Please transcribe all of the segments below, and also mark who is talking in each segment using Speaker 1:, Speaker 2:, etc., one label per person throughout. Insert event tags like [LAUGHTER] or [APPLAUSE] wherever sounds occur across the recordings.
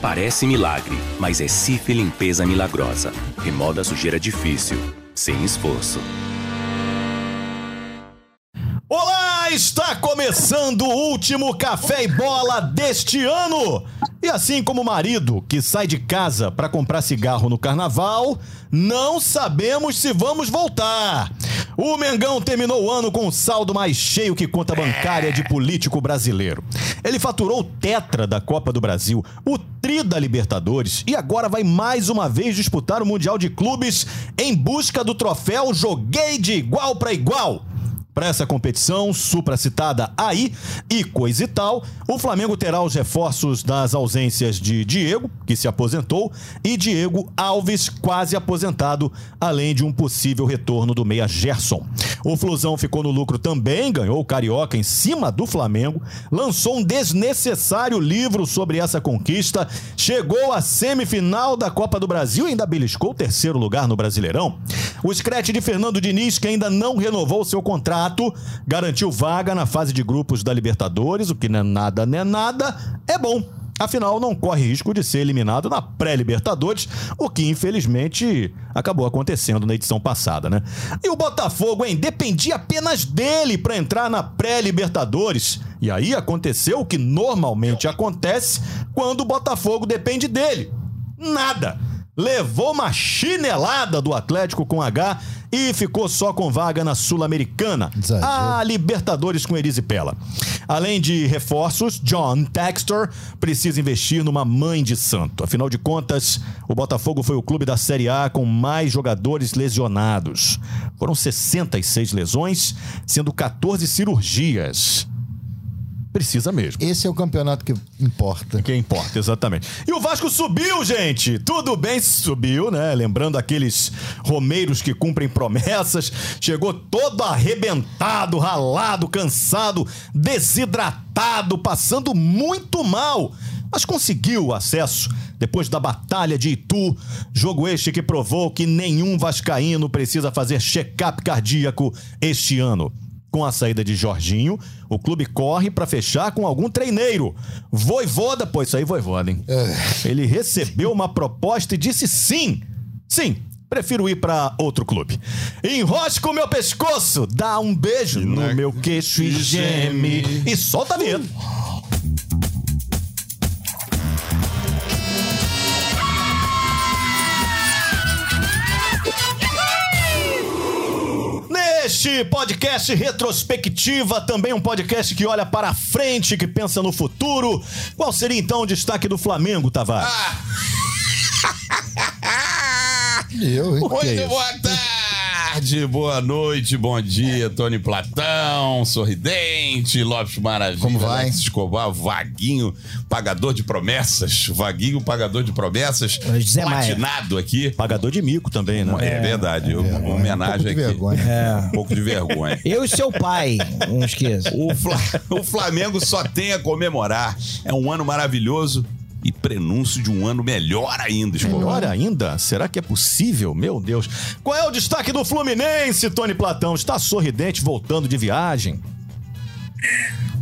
Speaker 1: Parece milagre, mas é Cif Limpeza Milagrosa. Remoda a sujeira difícil, sem esforço.
Speaker 2: Olá, está começando o último café e bola deste ano. E assim como o marido que sai de casa para comprar cigarro no carnaval, não sabemos se vamos voltar. O Mengão terminou o ano com um saldo mais cheio que conta bancária de político brasileiro. Ele faturou o tetra da Copa do Brasil, o tri da Libertadores e agora vai mais uma vez disputar o Mundial de Clubes em busca do troféu Joguei de Igual para Igual. Para essa competição, supracitada aí e coisa e tal, o Flamengo terá os reforços das ausências de Diego, que se aposentou, e Diego Alves, quase aposentado, além de um possível retorno do meia Gerson. O Flusão ficou no lucro também, ganhou o Carioca em cima do Flamengo, lançou um desnecessário livro sobre essa conquista, chegou à semifinal da Copa do Brasil e ainda beliscou o terceiro lugar no Brasileirão. O scratch de Fernando Diniz, que ainda não renovou seu contrato, garantiu vaga na fase de grupos da Libertadores, o que não é nada, não é nada, é bom. Afinal, não corre risco de ser eliminado na pré-Libertadores, o que infelizmente acabou acontecendo na edição passada, né? E o Botafogo, hein? Dependia apenas dele para entrar na pré-Libertadores. E aí aconteceu o que normalmente acontece quando o Botafogo depende dele: nada levou uma chinelada do Atlético com H e ficou só com vaga na Sul-Americana. A Tá Libertadores com Erise Pela. Além de reforços, John Textor precisa investir numa mãe de santo. Afinal de contas, o Botafogo foi o clube da Série A com mais jogadores lesionados. Foram 66 lesões, sendo 14 cirurgias. Precisa mesmo.
Speaker 3: Esse é o campeonato que importa.
Speaker 2: Que importa, exatamente. E o Vasco subiu, gente! Tudo bem, subiu, né? Lembrando aqueles romeiros que cumprem promessas. Chegou todo arrebentado, ralado, cansado, desidratado, passando muito mal. Mas conseguiu o acesso depois da Batalha de Itu. Jogo este que provou que nenhum vascaíno precisa fazer check-up cardíaco este ano. Com a saída de Jorginho, o clube corre para fechar com algum treineiro. Voivoda, pô, isso aí é voivoda, hein? Ele recebeu uma proposta e disse sim. Sim, prefiro ir para outro clube. Enrosca o meu pescoço, dá um beijo no meu queixo e geme. E solta a vinheta. Neste podcast retrospectiva, também um podcast que olha para a frente, que pensa no futuro. Qual seria então o destaque do Flamengo, Tavares?
Speaker 3: Eu, hein?
Speaker 4: Muito boa tarde, boa noite, bom dia, Tony Platão, Sorridente, Lopes Maravilha,
Speaker 3: Como vai?
Speaker 4: Alex Escobar, Vaguinho, pagador de promessas, Vaguinho, pagador de promessas,
Speaker 5: José Maia.
Speaker 4: platinado aqui.
Speaker 2: Pagador de mico também, né?
Speaker 4: É, verdade, uma homenagem
Speaker 3: um pouco de
Speaker 4: aqui.
Speaker 3: vergonha.
Speaker 4: Um pouco de vergonha.
Speaker 5: É. Eu e seu pai, não esqueça.
Speaker 4: O, Fla- o Flamengo só tem a comemorar. É um ano maravilhoso e prenúncio de um ano melhor ainda, Escobar.
Speaker 2: Melhor ainda? Será que é possível? Meu Deus. Qual é o destaque do Fluminense, Tony Platão? Está sorridente voltando de viagem?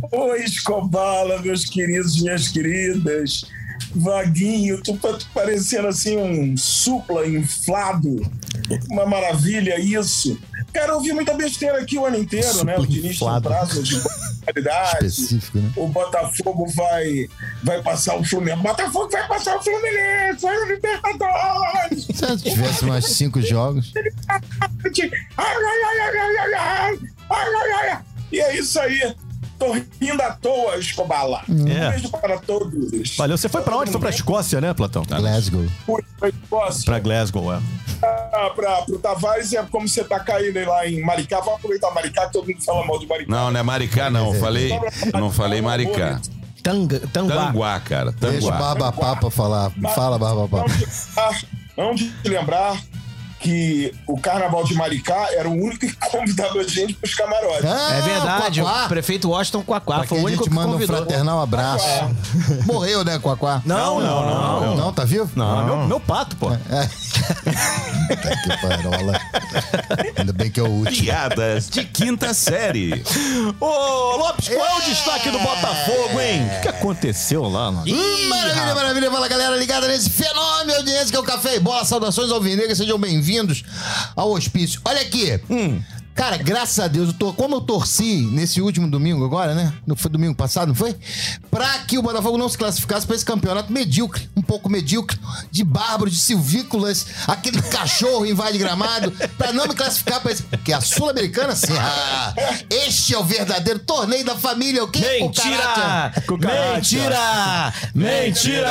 Speaker 6: Oi, Escobala, meus queridos, minhas queridas. Vaguinho, tu tá parecendo assim um supla inflado. Uma maravilha isso. Cara, eu ouvi muita besteira aqui o ano inteiro, né? O Diniz tem
Speaker 2: inflado.
Speaker 6: prazo de qualidade.
Speaker 3: Específico, né?
Speaker 6: O Botafogo vai, vai passar o Fluminense. O Botafogo vai passar o Fluminense, vai no Libertadores.
Speaker 3: Se eu tivesse mais cinco jogos,
Speaker 6: E é isso aí. Tô rindo à toa, Escobala. Um
Speaker 2: É.
Speaker 6: beijo para todos.
Speaker 2: Valeu. Você foi para onde? Foi para Escócia, né, Platão?
Speaker 3: Glasgow.
Speaker 6: Fui pra Escócia,
Speaker 2: Para Glasgow, é.
Speaker 6: pra, pra, pro Tavares, é como você tacar ele lá em Maricá. Vamos aproveitar Maricá, que todo mundo fala mal de Maricá.
Speaker 4: Não, não é Maricá, não. Eu falei, eu não falei Maricá.
Speaker 5: Tanga, tanguá.
Speaker 4: Tanguá, cara.
Speaker 3: Deixa o
Speaker 4: Tanguá.
Speaker 3: Barba Papa falar. Fala, Barba
Speaker 6: Não
Speaker 3: Papa.
Speaker 6: de, lembrar, não de lembrar que o Carnaval de Maricá era o único que convidava a gente pros camarotes.
Speaker 3: Ah,
Speaker 5: É
Speaker 3: o
Speaker 5: verdade,
Speaker 3: Quaquá.
Speaker 5: o prefeito Washington Quaquá
Speaker 3: Pra
Speaker 5: foi o
Speaker 3: quem a
Speaker 5: único
Speaker 3: gente
Speaker 5: que
Speaker 3: manda um
Speaker 5: convidou.
Speaker 3: fraternal abraço. Morreu, né, Quaquá?
Speaker 5: Não, não, não.
Speaker 3: Não, tá vivo?
Speaker 2: Ah, meu, meu pato, pô.
Speaker 3: É. Puta que parola. Ainda bem que é o último.
Speaker 4: Piadas de quinta
Speaker 5: [LAUGHS]
Speaker 4: série.
Speaker 2: Ô, Lopes, qual é o destaque do Botafogo, hein? O que aconteceu lá, mano?
Speaker 3: Hum, maravilha, maravilha. Fala, galera ligada nesse fenômeno de audiência que é o Café e Bola. Saudações alvinegras, sejam bem-vindos ao hospício. Olha aqui. Cara, graças a Deus, eu tô, como eu torci nesse último domingo agora, né? Não foi domingo passado, não foi? Pra que o Botafogo não se classificasse pra esse campeonato medíocre, um pouco medíocre, de bárbaros, de silvícolas, aquele cachorro invade gramado, pra não me classificar pra esse... Porque a Sul-Americana, sim, ah, este é o verdadeiro torneio da família, o quê? O caráter.
Speaker 5: Mentira! Mentira! Mentira!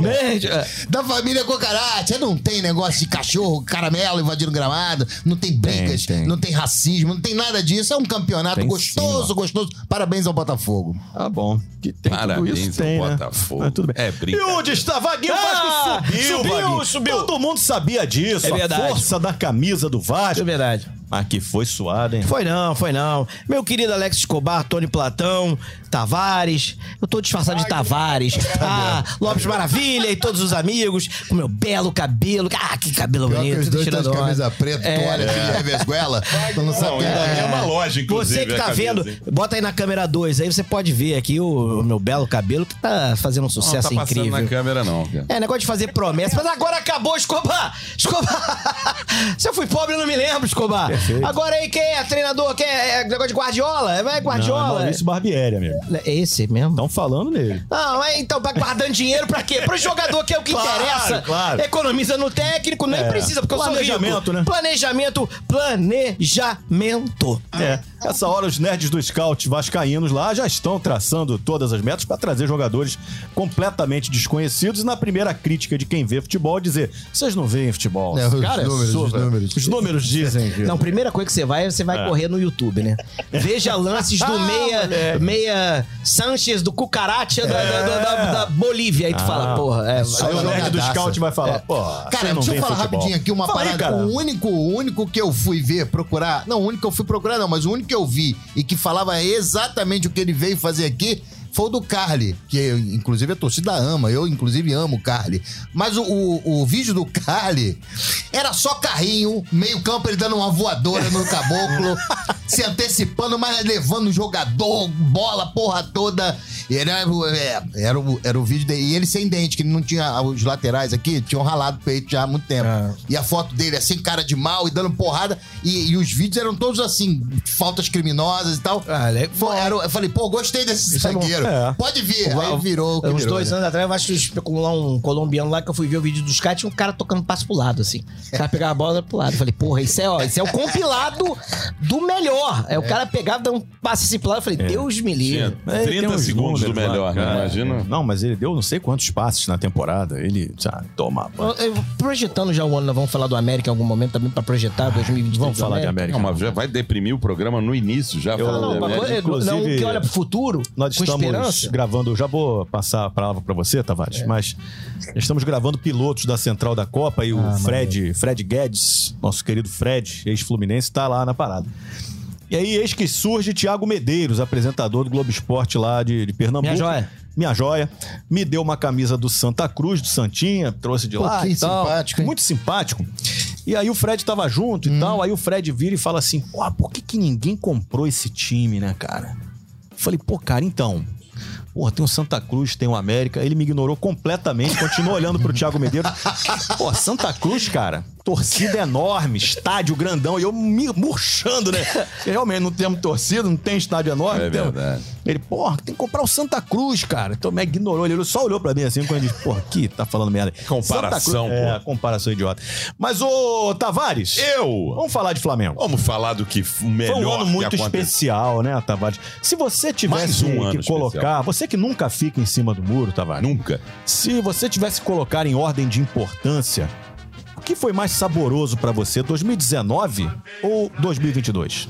Speaker 5: Mentira!
Speaker 3: da família Cocarate. Não tem negócio de cachorro, caramelo invadindo gramado, não tem brigas,
Speaker 2: Tem, tem.
Speaker 3: não tem racismo, não tem nada disso. É um campeonato
Speaker 2: Tem sim,
Speaker 3: gostoso, gostoso. Parabéns ao Botafogo.
Speaker 2: Tá bom. Que tem
Speaker 4: Parabéns
Speaker 2: tudo isso,
Speaker 4: ao
Speaker 2: tem, né?
Speaker 4: Botafogo.
Speaker 2: Mas tudo bem.
Speaker 4: É
Speaker 2: e
Speaker 4: brincadeira.
Speaker 2: o destaque, Vaguinho, o
Speaker 5: Ah,
Speaker 2: Vasco subiu,
Speaker 5: subiu,
Speaker 2: Vaguinho.
Speaker 5: subiu.
Speaker 2: Todo mundo sabia disso.
Speaker 5: É
Speaker 2: A
Speaker 5: verdade.
Speaker 2: força da camisa do
Speaker 5: É
Speaker 2: Vasco.
Speaker 5: verdade.
Speaker 2: Mas Ah, que foi suado, hein?
Speaker 5: Foi não, foi não. Meu querido Alex Escobar, Tony Platão, Tavares. Eu tô disfarçado de Tavares. Ah, Lopes Maravilha e todos os amigos. Com meu belo cabelo. Ah, que cabelo
Speaker 3: Pior que
Speaker 5: bonito.
Speaker 3: os dois
Speaker 5: tira
Speaker 3: estão de
Speaker 5: onda.
Speaker 3: camisa preta,
Speaker 5: É.
Speaker 3: tu olha aqui de revesguela.
Speaker 2: Então
Speaker 3: Tu não
Speaker 4: Não,
Speaker 3: sabe.
Speaker 4: é da mesma loja, inclusive. né, assim.
Speaker 5: Você que
Speaker 4: a
Speaker 5: tá
Speaker 4: camisa,
Speaker 5: vendo,
Speaker 4: hein?
Speaker 5: bota aí na câmera 2, aí você pode ver aqui o, o meu belo cabelo que tá fazendo um
Speaker 4: Não tá
Speaker 5: sucesso
Speaker 4: passando
Speaker 5: incrível.
Speaker 4: na câmera, não. cara.
Speaker 5: É, negócio de fazer promessa. Mas agora acabou, Escobar! Escobar! [LAUGHS] Se eu fui pobre, eu não me lembro, Escobar. Agora aí, quem é treinador? Quem é, é negócio de guardiola? É, vai
Speaker 2: Não, é
Speaker 5: guardiola?
Speaker 2: Maurício Então- Barbieri, amigo.
Speaker 5: é esse mesmo?
Speaker 2: Estão falando nele.
Speaker 5: Não, é, então tá guardando dinheiro pra quê? Pro jogador que é o que
Speaker 2: Claro,
Speaker 5: interessa.
Speaker 2: claro.
Speaker 5: Economiza no técnico, nem
Speaker 2: É.
Speaker 5: precisa, porque eu sou
Speaker 2: Planejamento,
Speaker 5: rico.
Speaker 2: né?
Speaker 5: Planejamento, planejamento.
Speaker 3: Ah.
Speaker 2: É. Essa hora, os nerds do scout vascaínos lá já estão traçando todas as metas para trazer jogadores completamente desconhecidos. E na primeira crítica de quem vê futebol, dizer: vocês não veem futebol.
Speaker 3: É,
Speaker 2: Esse
Speaker 3: os
Speaker 2: é
Speaker 3: números,
Speaker 2: surdo."
Speaker 3: os números.
Speaker 2: Os números dizem. que-
Speaker 5: Não, primeira coisa que você vai, é você vai correr no YouTube, né? Veja lances do
Speaker 2: É. [LAUGHS] Ah,
Speaker 5: meia,
Speaker 2: moleque.
Speaker 5: meia Sanches, do Cucaracha da, da- da-
Speaker 2: É.
Speaker 5: da- da Bolívia. Aí tu
Speaker 2: Ah.
Speaker 5: fala, porra, é,
Speaker 2: Aí o
Speaker 3: Jogadaça. É.
Speaker 2: nerd do scout vai falar: pô,
Speaker 3: Cara,
Speaker 2: você não
Speaker 3: deixa eu
Speaker 2: vê
Speaker 3: falar
Speaker 2: futebol."
Speaker 3: rapidinho aqui uma
Speaker 2: Fala aí,
Speaker 3: parada.
Speaker 2: cara.
Speaker 3: o único, o único que eu fui ver, procurar. Não, o único que eu fui procurar, não, mas o único que eu vi e que falava exatamente o que ele veio fazer aqui. Foi o do Carly, que inclusive a torcida ama, eu inclusive amo o Carly. Mas o, o, o vídeo do Carly era só carrinho, meio-campo ele dando uma voadora no caboclo, se antecipando, mas levando o jogador, bola, porra toda. E Era, o- é, era, o, era o vídeo dele. E ele sem dente, que ele não tinha. Os laterais aqui tinham ralado o peito já há muito tempo. E a foto dele assim, cara de mal e dando porrada. E, e os vídeos eram todos assim, faltas criminosas e tal.
Speaker 5: Ah, le-
Speaker 3: Foi- era- eu falei, pô, gostei desse
Speaker 2: é bom.
Speaker 3: zagueiro.
Speaker 2: É.
Speaker 3: Pode vir. Aí virou. o que
Speaker 5: É Uns
Speaker 3: virou,
Speaker 5: dois
Speaker 3: né?
Speaker 5: anos atrás, eu acho que especulou lá um colombiano lá que eu fui ver o vídeo dos caras, tinha um cara tocando passo pro lado, assim. O cara pegava a bola pro lado. Eu falei, porra, isso é, ó, isso é o compilado do melhor.
Speaker 3: É.
Speaker 5: Aí o cara pegava, dava um passe assim pro lado, eu
Speaker 2: É.
Speaker 5: falei, Deus me livre.
Speaker 4: Tinha 30 É, segundos do melhor, né? Imagina.
Speaker 2: Não, mas ele deu não sei quantos passes na temporada. Ele já toma.
Speaker 5: Eu- eu- Projetando já o ano, nós vamos falar do América em algum momento também pra projetar 2020.
Speaker 2: Ah, Vamos falar de América.
Speaker 4: Não, mas já vai deprimir o programa no início, já. né?
Speaker 2: Eu-
Speaker 4: falando
Speaker 5: Não,
Speaker 4: da
Speaker 5: uma
Speaker 2: É,
Speaker 5: coisa,
Speaker 4: América.
Speaker 2: inclusive,
Speaker 5: não, um que olha pro futuro
Speaker 2: Nós
Speaker 5: com
Speaker 2: estamos
Speaker 5: esperança. É.
Speaker 2: gravando, já vou passar a palavra para você, Tavares, mas estamos gravando pilotos da Central da Copa
Speaker 5: Ah,
Speaker 2: e o Fred, Fred Guedes, nosso querido Fred, ex-fluminense, está lá na parada. E aí, eis que surge Tiago Medeiros, apresentador do Globo Esporte lá de, de Pernambuco.
Speaker 5: Minha joia.
Speaker 2: Minha joia. Me deu uma camisa do Santa Cruz, do Santinha, trouxe de
Speaker 3: Pô,
Speaker 2: lá.
Speaker 3: que
Speaker 2: e tal.
Speaker 3: simpático, hein?
Speaker 2: Muito simpático. E aí o Fred tava junto
Speaker 4: Hum.
Speaker 2: e tal. Aí o Fred vira e fala assim: Pô, por que, que ninguém comprou esse time, né, cara? Falei, pô, cara, então. Porra, tem o Santa Cruz, tem o América. Ele me ignorou completamente, continuou olhando pro Thiago Medeiros.
Speaker 4: [LAUGHS]
Speaker 2: Pô, Santa Cruz, cara, torcida enorme, estádio grandão. E eu me murchando, né? Realmente, não temos torcida, não tem estádio enorme.
Speaker 4: É
Speaker 2: tem-
Speaker 4: verdade.
Speaker 2: Ele, porra, tem que comprar o Santa Cruz, cara. Então me ignorou. Ele só olhou pra mim assim quando ele disse, porra, que tá falando merda.
Speaker 4: Comparação,
Speaker 2: Santa Cruz- É, comparação idiota. Mas, ô, Tavares,
Speaker 4: Eu!
Speaker 2: vamos falar de Flamengo.
Speaker 4: Vamos falar do que f- o melhor
Speaker 2: Foi um ano
Speaker 4: que
Speaker 2: muito
Speaker 4: aconteceu.
Speaker 2: especial, né, Tavares? Se você
Speaker 4: Mais
Speaker 2: tivesse
Speaker 4: um ano
Speaker 2: que colocar,
Speaker 4: especial.
Speaker 2: você que nunca fica em cima do muro, Tavares,
Speaker 4: Nunca.
Speaker 2: se você tivesse que colocar em ordem de importância, o que foi mais saboroso pra você, 2019 ou 2022?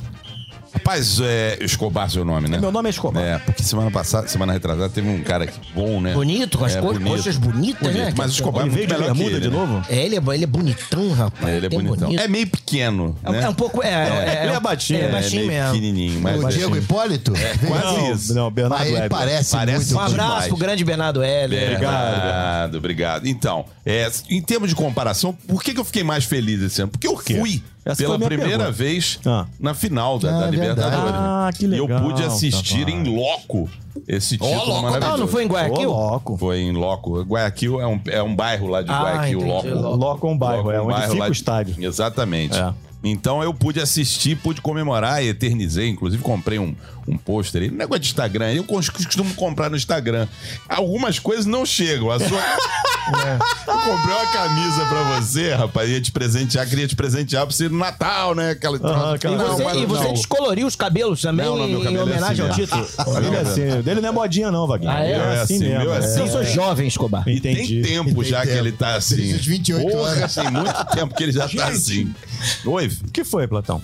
Speaker 4: Rapaz, é, Escobar seu nome, né?
Speaker 2: Meu nome é Escobar.
Speaker 4: É, porque semana passada, semana retrasada, teve um cara aqui bom, né?
Speaker 5: Bonito, com as
Speaker 4: É,
Speaker 5: co-
Speaker 4: bonito.
Speaker 5: coxas bonitas,
Speaker 4: Bonito,
Speaker 5: né?
Speaker 4: Mas o Escobar é
Speaker 2: Ele
Speaker 4: muito
Speaker 2: veio de
Speaker 4: melhor que
Speaker 2: bermuda
Speaker 4: ele,
Speaker 2: de
Speaker 4: né?
Speaker 2: novo?
Speaker 5: É, ele é, bo- ele é bonitão, rapaz.
Speaker 4: É, Ele é
Speaker 5: Tem um
Speaker 4: bonitão.
Speaker 5: bonito.
Speaker 4: É meio pequeno,
Speaker 5: É, um-
Speaker 4: né?
Speaker 5: é um pouco. É, é,
Speaker 2: ele é
Speaker 5: um-
Speaker 2: baixinho,
Speaker 5: É,
Speaker 2: é,
Speaker 5: baixinho
Speaker 4: meio
Speaker 5: mesmo.
Speaker 4: né? pequenininho, mas...
Speaker 3: O
Speaker 4: é-
Speaker 3: Diego Hipólito?
Speaker 4: quase
Speaker 2: Não,
Speaker 4: isso.
Speaker 2: não, Bernardo
Speaker 3: Mas ele
Speaker 2: Webber.
Speaker 3: parece, muito.
Speaker 4: Parece
Speaker 5: Um abraço
Speaker 4: demais.
Speaker 5: pro grande Bernardo Heller.
Speaker 4: É, Obrigado, obrigado. Então, é, em termos de comparação, por que, que eu fiquei mais feliz esse ano? Porque eu fui
Speaker 2: Essa foi
Speaker 4: pela
Speaker 2: a minha
Speaker 4: primeira
Speaker 2: pergunta.
Speaker 4: vez
Speaker 2: Ah.
Speaker 4: na final da,
Speaker 3: Ah,
Speaker 4: da
Speaker 3: é
Speaker 4: Libertadores. né?
Speaker 2: verdade. Ah, que
Speaker 4: E eu
Speaker 2: legal, tá, Ah,
Speaker 4: pude assistir
Speaker 2: Tavares.
Speaker 4: em loco esse título
Speaker 3: loco,
Speaker 4: maravilhoso.
Speaker 5: Não, não foi em
Speaker 2: um Ô,
Speaker 5: Guayaquil?
Speaker 2: louco.
Speaker 4: Foi em Loco. Guayaquil é um, é um bairro lá de
Speaker 5: Ah,
Speaker 4: Guayaquil,
Speaker 5: entendi,
Speaker 4: Loco.
Speaker 5: Loco.
Speaker 2: Loco é um bairro, é
Speaker 4: um
Speaker 2: onde
Speaker 4: bairro
Speaker 2: fica
Speaker 4: lá
Speaker 2: o
Speaker 4: de-
Speaker 2: estádio.
Speaker 4: Exatamente.
Speaker 2: É.
Speaker 4: Então eu pude assistir, pude comemorar, eternizei. Inclusive comprei um, um pôster aí. Um negócio de Instagram. Eu cons- costumo comprar no Instagram. Algumas coisas não chegam. A
Speaker 2: [LAUGHS]
Speaker 4: sua...
Speaker 2: É.
Speaker 4: Eu comprei uma camisa pra você, rapaz. Ia te presentear, queria te presentear pra você no Natal, né? Aquela...
Speaker 2: Aham, aquela-
Speaker 5: E
Speaker 2: Não,
Speaker 5: você,
Speaker 4: mas
Speaker 5: e você descoloriu os cabelos também
Speaker 4: Não, não, meu cabelo
Speaker 5: em
Speaker 4: é
Speaker 5: homenagem
Speaker 4: assim
Speaker 5: ao
Speaker 4: mesmo.
Speaker 5: título?
Speaker 2: Ele é
Speaker 4: Tá
Speaker 2: assim, o dele não é modinha, não, Vaguinho.
Speaker 5: Ah, é?
Speaker 2: Ele
Speaker 4: É assim, meu, é assim.
Speaker 5: Eu sou jovem, Escobar.
Speaker 4: E
Speaker 2: Entendi.
Speaker 4: tem tempo já que ele tá assim.
Speaker 3: Desde os 28
Speaker 4: Porra,
Speaker 3: anos.
Speaker 4: tem muito tempo que ele já tá assim. Oi,
Speaker 2: O que foi, Platão?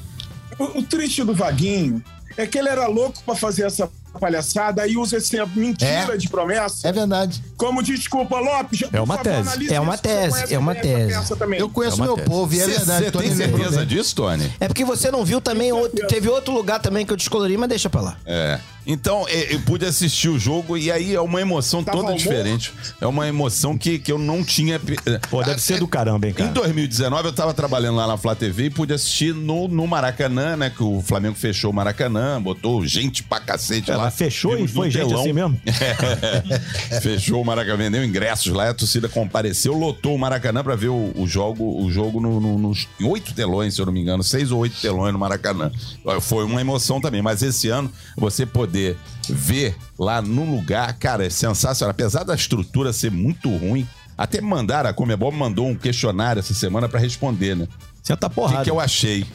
Speaker 6: O, o triste do Vaguinho é que ele era louco pra fazer essa palhaçada e usa essa mentira
Speaker 3: É.
Speaker 6: de promessa
Speaker 3: É verdade.
Speaker 6: como desculpa, Lopes. por
Speaker 2: uma
Speaker 6: favor,
Speaker 2: tese,
Speaker 6: analise
Speaker 5: é uma
Speaker 6: isso, você
Speaker 5: tese,
Speaker 6: conhece
Speaker 5: é uma
Speaker 6: essa
Speaker 5: tese.
Speaker 6: peça também.
Speaker 3: Eu conheço
Speaker 2: uma
Speaker 3: meu
Speaker 2: tese.
Speaker 3: povo e é
Speaker 4: Cê-
Speaker 3: verdade.
Speaker 4: cê
Speaker 3: Tony
Speaker 4: tem
Speaker 3: lembrou
Speaker 4: certeza
Speaker 3: bem.
Speaker 4: disso, Tony?
Speaker 5: É porque você não viu também. outro- teve outro lugar também que eu descolori, mas deixa pra lá.
Speaker 4: É. Então, é, eu pude assistir o jogo e aí é uma emoção
Speaker 6: Tava
Speaker 4: toda
Speaker 6: ao
Speaker 4: diferente. É uma emoção que, que eu não tinha. é,
Speaker 2: Pô, deve ser do caramba, hein,
Speaker 4: Em
Speaker 2: cara?
Speaker 4: 2019, eu tava trabalhando lá na Flá TV e pude assistir no, no Maracanã, né? Que o Flamengo fechou o Maracanã, botou gente pra cacete
Speaker 2: Ela
Speaker 4: lá.
Speaker 2: É, fechou e
Speaker 4: Vimos
Speaker 2: foi
Speaker 4: no
Speaker 2: gente
Speaker 4: telão.
Speaker 2: assim mesmo?
Speaker 4: [LAUGHS] Fechou o Maracanã, vendeu ingressos lá, a torcida compareceu, lotou o Maracanã pra ver o, o jogo, o jogo no- no- nos em oito telões, se eu não me engano, seis ou oito telões no Maracanã. Olha, Foi uma emoção também, mas esse ano você poder ver lá no lugar, cara, é sensacional. Apesar da estrutura ser muito ruim, até mandaram, a Comebol mandou um questionário essa semana pra responder, né?
Speaker 2: Senta
Speaker 4: O que,
Speaker 2: tá porrada.
Speaker 4: que eu
Speaker 3: [LAUGHS]
Speaker 4: achei?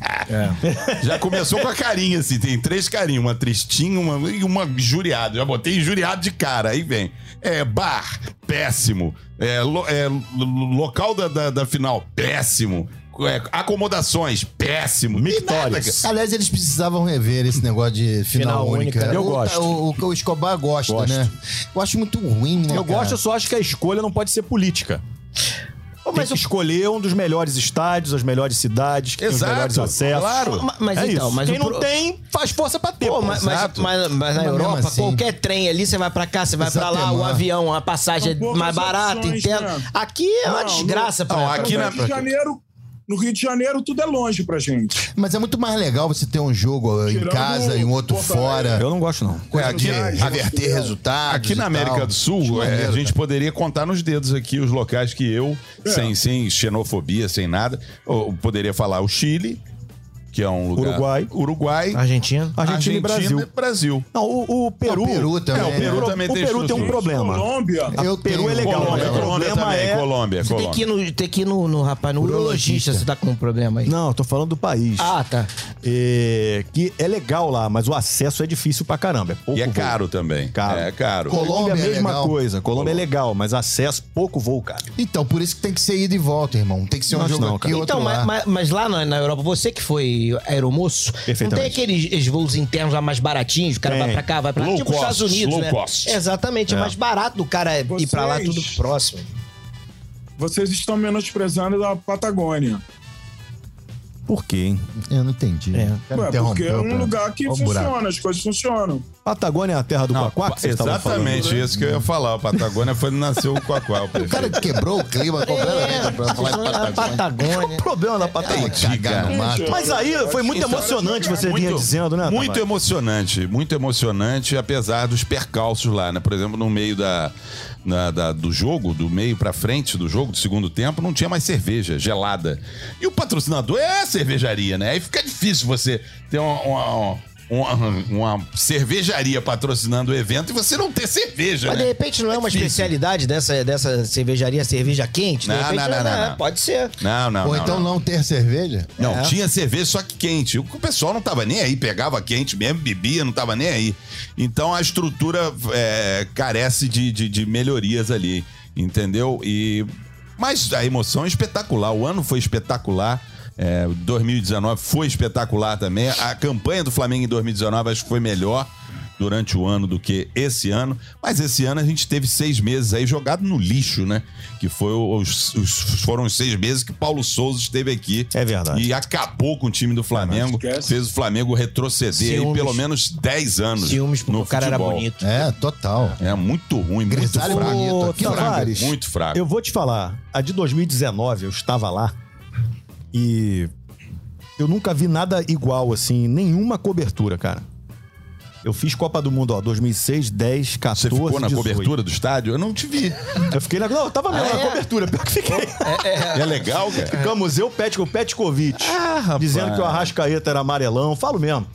Speaker 3: É.
Speaker 4: Já começou com a carinha, assim. Tem três carinhas. Uma tristinha uma, e uma injuriada. Já botei injuriado de cara. Aí vem. É, bar, péssimo. É, lo- é, lo- lo- local da, da, da final, péssimo. É, acomodações, péssimo. Tem nada,
Speaker 2: Mictórios.
Speaker 4: cara.
Speaker 3: Aliás, eles precisavam rever esse negócio de final,
Speaker 5: Final única.
Speaker 3: única.
Speaker 2: Eu
Speaker 3: O- é,
Speaker 2: gosto.
Speaker 3: O, o, o Escobar gosta,
Speaker 2: Gosto.
Speaker 3: né? Eu acho muito ruim, né?
Speaker 2: Eu
Speaker 3: cara?
Speaker 2: gosto, eu só acho que a escolha não pode ser política. Tem que escolher um dos melhores estádios, as melhores cidades, que tem os
Speaker 4: Exato,
Speaker 2: melhores acessos.
Speaker 4: claro.
Speaker 5: Ma- mas
Speaker 2: É
Speaker 5: então,
Speaker 2: isso.
Speaker 5: mas
Speaker 2: Quem
Speaker 5: o
Speaker 2: não
Speaker 5: pro-
Speaker 2: tem, faz força pra ter.
Speaker 5: Pô,
Speaker 2: pô.
Speaker 5: mas, mas,
Speaker 4: exato.
Speaker 5: mas- mas na
Speaker 3: Mas mesmo
Speaker 5: Europa,
Speaker 3: assim-
Speaker 5: qualquer trem ali, você vai pra cá, você vai pra lá, o
Speaker 3: Exatamente.
Speaker 5: avião, a passagem
Speaker 6: São
Speaker 5: é mais
Speaker 6: poucas
Speaker 5: barata,
Speaker 6: opções,
Speaker 5: entendo.
Speaker 6: né?
Speaker 5: Aqui é uma
Speaker 6: Não,
Speaker 5: desgraça pra
Speaker 4: não,
Speaker 5: pra-
Speaker 4: aqui
Speaker 6: no
Speaker 4: na-
Speaker 6: Rio de Janeiro, no Rio de Janeiro tudo é longe pra gente.
Speaker 3: Mas é muito mais legal você ter um jogo em
Speaker 6: Tirando
Speaker 3: casa e um outro
Speaker 6: Porto
Speaker 3: fora.
Speaker 2: Eu não gosto, não.
Speaker 3: Coisa
Speaker 4: É, aqui-
Speaker 3: de reverter resultados.
Speaker 4: Aqui
Speaker 3: e
Speaker 4: na América
Speaker 3: tal.
Speaker 4: do Sul, é, a
Speaker 3: maneiro, É.
Speaker 4: gente poderia contar nos dedos aqui os locais que eu, sem, sem xenofobia, sem nada, eu poderia falar o Chile, que é um lugar.
Speaker 2: Uruguai.
Speaker 4: Uruguai.
Speaker 5: Argentina?
Speaker 2: Argentina, e Brasil.
Speaker 4: e Brasil.
Speaker 2: Não, o, o Peru.
Speaker 3: Não, o Peru também,
Speaker 2: É, o Peru,
Speaker 4: né?
Speaker 2: o
Speaker 4: também tem
Speaker 2: Peru tem um
Speaker 4: estrutura.
Speaker 2: problema.
Speaker 6: Colômbia.
Speaker 3: Eu
Speaker 2: Peru
Speaker 3: tenho-
Speaker 2: é legal,
Speaker 4: Colômbia,
Speaker 2: né? O
Speaker 4: Colômbia
Speaker 2: problema
Speaker 4: também,
Speaker 2: é-
Speaker 4: Colômbia,
Speaker 5: Você tem que,
Speaker 4: Colômbia.
Speaker 5: ir no, tem que ir no, no rapaz, no urologista, você tá com um problema aí.
Speaker 2: Não, tô falando do país.
Speaker 5: Ah, tá.
Speaker 2: É, que é legal lá, mas o acesso é difícil pra caramba. É pouco
Speaker 4: E é
Speaker 2: voo.
Speaker 4: caro também.
Speaker 2: Caro.
Speaker 4: É caro.
Speaker 3: Colômbia
Speaker 2: Colômbia é a
Speaker 3: é
Speaker 2: mesma
Speaker 3: legal.
Speaker 2: coisa. Colômbia é legal, mas acesso, pouco voo, cara.
Speaker 3: Então, por isso que tem que ser ida e volta, irmão. Tem que ser um
Speaker 2: Não acho
Speaker 3: jogo
Speaker 2: não,
Speaker 3: aqui
Speaker 2: cara.
Speaker 3: e outro
Speaker 5: Então, mas,
Speaker 3: lá.
Speaker 5: mas- mas lá na, na Europa, você que foi aeromoço, não
Speaker 2: Perfeitamente.
Speaker 5: tem aqueles es- voos internos lá mais baratinhos, o cara
Speaker 2: Tem.
Speaker 5: vai pra cá, vai pra lá,
Speaker 4: Low
Speaker 5: tipo os
Speaker 4: cost,
Speaker 5: Estados Unidos,
Speaker 4: low
Speaker 5: né?
Speaker 4: cost.
Speaker 5: Exatamente, é. mais barato do cara ir pra lá tudo
Speaker 6: Vocês-
Speaker 5: próximo.
Speaker 6: Vocês estão menosprezando a Patagônia.
Speaker 2: Por quê, hein?
Speaker 3: Eu não entendi.
Speaker 5: É.
Speaker 3: O cara
Speaker 6: Ué,
Speaker 3: interrompeu,
Speaker 6: porque é um
Speaker 3: cara.
Speaker 6: lugar que
Speaker 3: Ó o
Speaker 6: funciona,
Speaker 3: buraco.
Speaker 6: as coisas funcionam.
Speaker 2: Patagônia é a terra do
Speaker 4: Não,
Speaker 2: Quaquá que vocês estavam falando? né?
Speaker 4: exatamente isso que eu ia falar. O Patagônia foi onde nasceu o Quaquá. O
Speaker 3: O cara
Speaker 4: prefeito.
Speaker 3: quebrou o
Speaker 5: [LAUGHS] É.
Speaker 3: clima completamente pra falar de
Speaker 5: Patagônia.
Speaker 3: Patagônia.
Speaker 5: Patagônia.
Speaker 2: É O problema da Patagônia.
Speaker 4: Entendi, cara.
Speaker 3: Cagar
Speaker 2: né?
Speaker 3: no mato.
Speaker 2: Mas aí foi muito
Speaker 6: Então,
Speaker 2: emocionante você vinha
Speaker 4: é Muito-
Speaker 2: dizendo, né?
Speaker 4: Muito
Speaker 2: Tamara?
Speaker 4: emocionante, muito emocionante, apesar dos percalços lá, né? Por exemplo, no meio da, na- da- do jogo, do meio pra frente do jogo, do segundo tempo, não tinha mais cerveja gelada. E o patrocinador é a cervejaria, né? Aí fica difícil você ter uma. uma- uma- uma cervejaria patrocinando o evento e você não ter cerveja.
Speaker 5: Mas
Speaker 4: né?
Speaker 5: de repente não é uma
Speaker 4: difícil.
Speaker 5: especialidade dessa, dessa cervejaria, cerveja quente? De
Speaker 4: Não,
Speaker 5: repente
Speaker 4: não, não, não,
Speaker 5: é,
Speaker 4: não.
Speaker 5: Pode ser.
Speaker 4: Não, não.
Speaker 3: Ou
Speaker 4: não,
Speaker 3: então
Speaker 4: não.
Speaker 3: não ter cerveja?
Speaker 4: Não,
Speaker 5: É.
Speaker 4: tinha cerveja só que quente. O pessoal não tava nem aí, pegava quente mesmo, bebia, não tava nem aí. Então a estrutura é, carece de, de, de melhorias ali, entendeu? E mas a emoção é espetacular. O ano foi espetacular. É, 2019 foi espetacular também. A campanha do Flamengo em 2019 acho que foi melhor durante o ano do que esse ano. Mas esse ano a gente teve seis meses aí jogado no lixo, né? Que foi os, os- foram os seis meses que Paulo Souza esteve aqui.
Speaker 2: É verdade.
Speaker 4: E acabou com o time do Flamengo.
Speaker 6: Esquece.
Speaker 4: Fez o Flamengo retroceder aí
Speaker 5: Ciúmes.
Speaker 4: pelo menos 10 anos.
Speaker 5: Ciúmes, porque
Speaker 4: no
Speaker 5: o cara era
Speaker 4: futebol.
Speaker 5: bonito.
Speaker 3: É, total.
Speaker 4: É muito ruim, muito
Speaker 3: Grisalho
Speaker 4: fraco.
Speaker 3: bonito.
Speaker 4: Muito
Speaker 3: Aqui,
Speaker 4: fraco,
Speaker 2: Tavares,
Speaker 4: muito fraco.
Speaker 2: Eu vou te falar, a de 2019 eu estava lá e eu nunca vi nada igual assim, nenhuma cobertura, cara. Eu fiz Copa do Mundo, ó, 2006, 10,
Speaker 4: Você
Speaker 2: 14,
Speaker 4: ficou na
Speaker 2: 18.
Speaker 4: cobertura Ah, é? do estádio? Eu não te vi.
Speaker 2: Eu fiquei na, não, eu tava mesmo na cobertura, pior que fiquei.
Speaker 4: É legal, cara.
Speaker 2: Ficamos eu, Petko, Petkovic, dizendo que o Arrascaeta era amarelão, falo mesmo.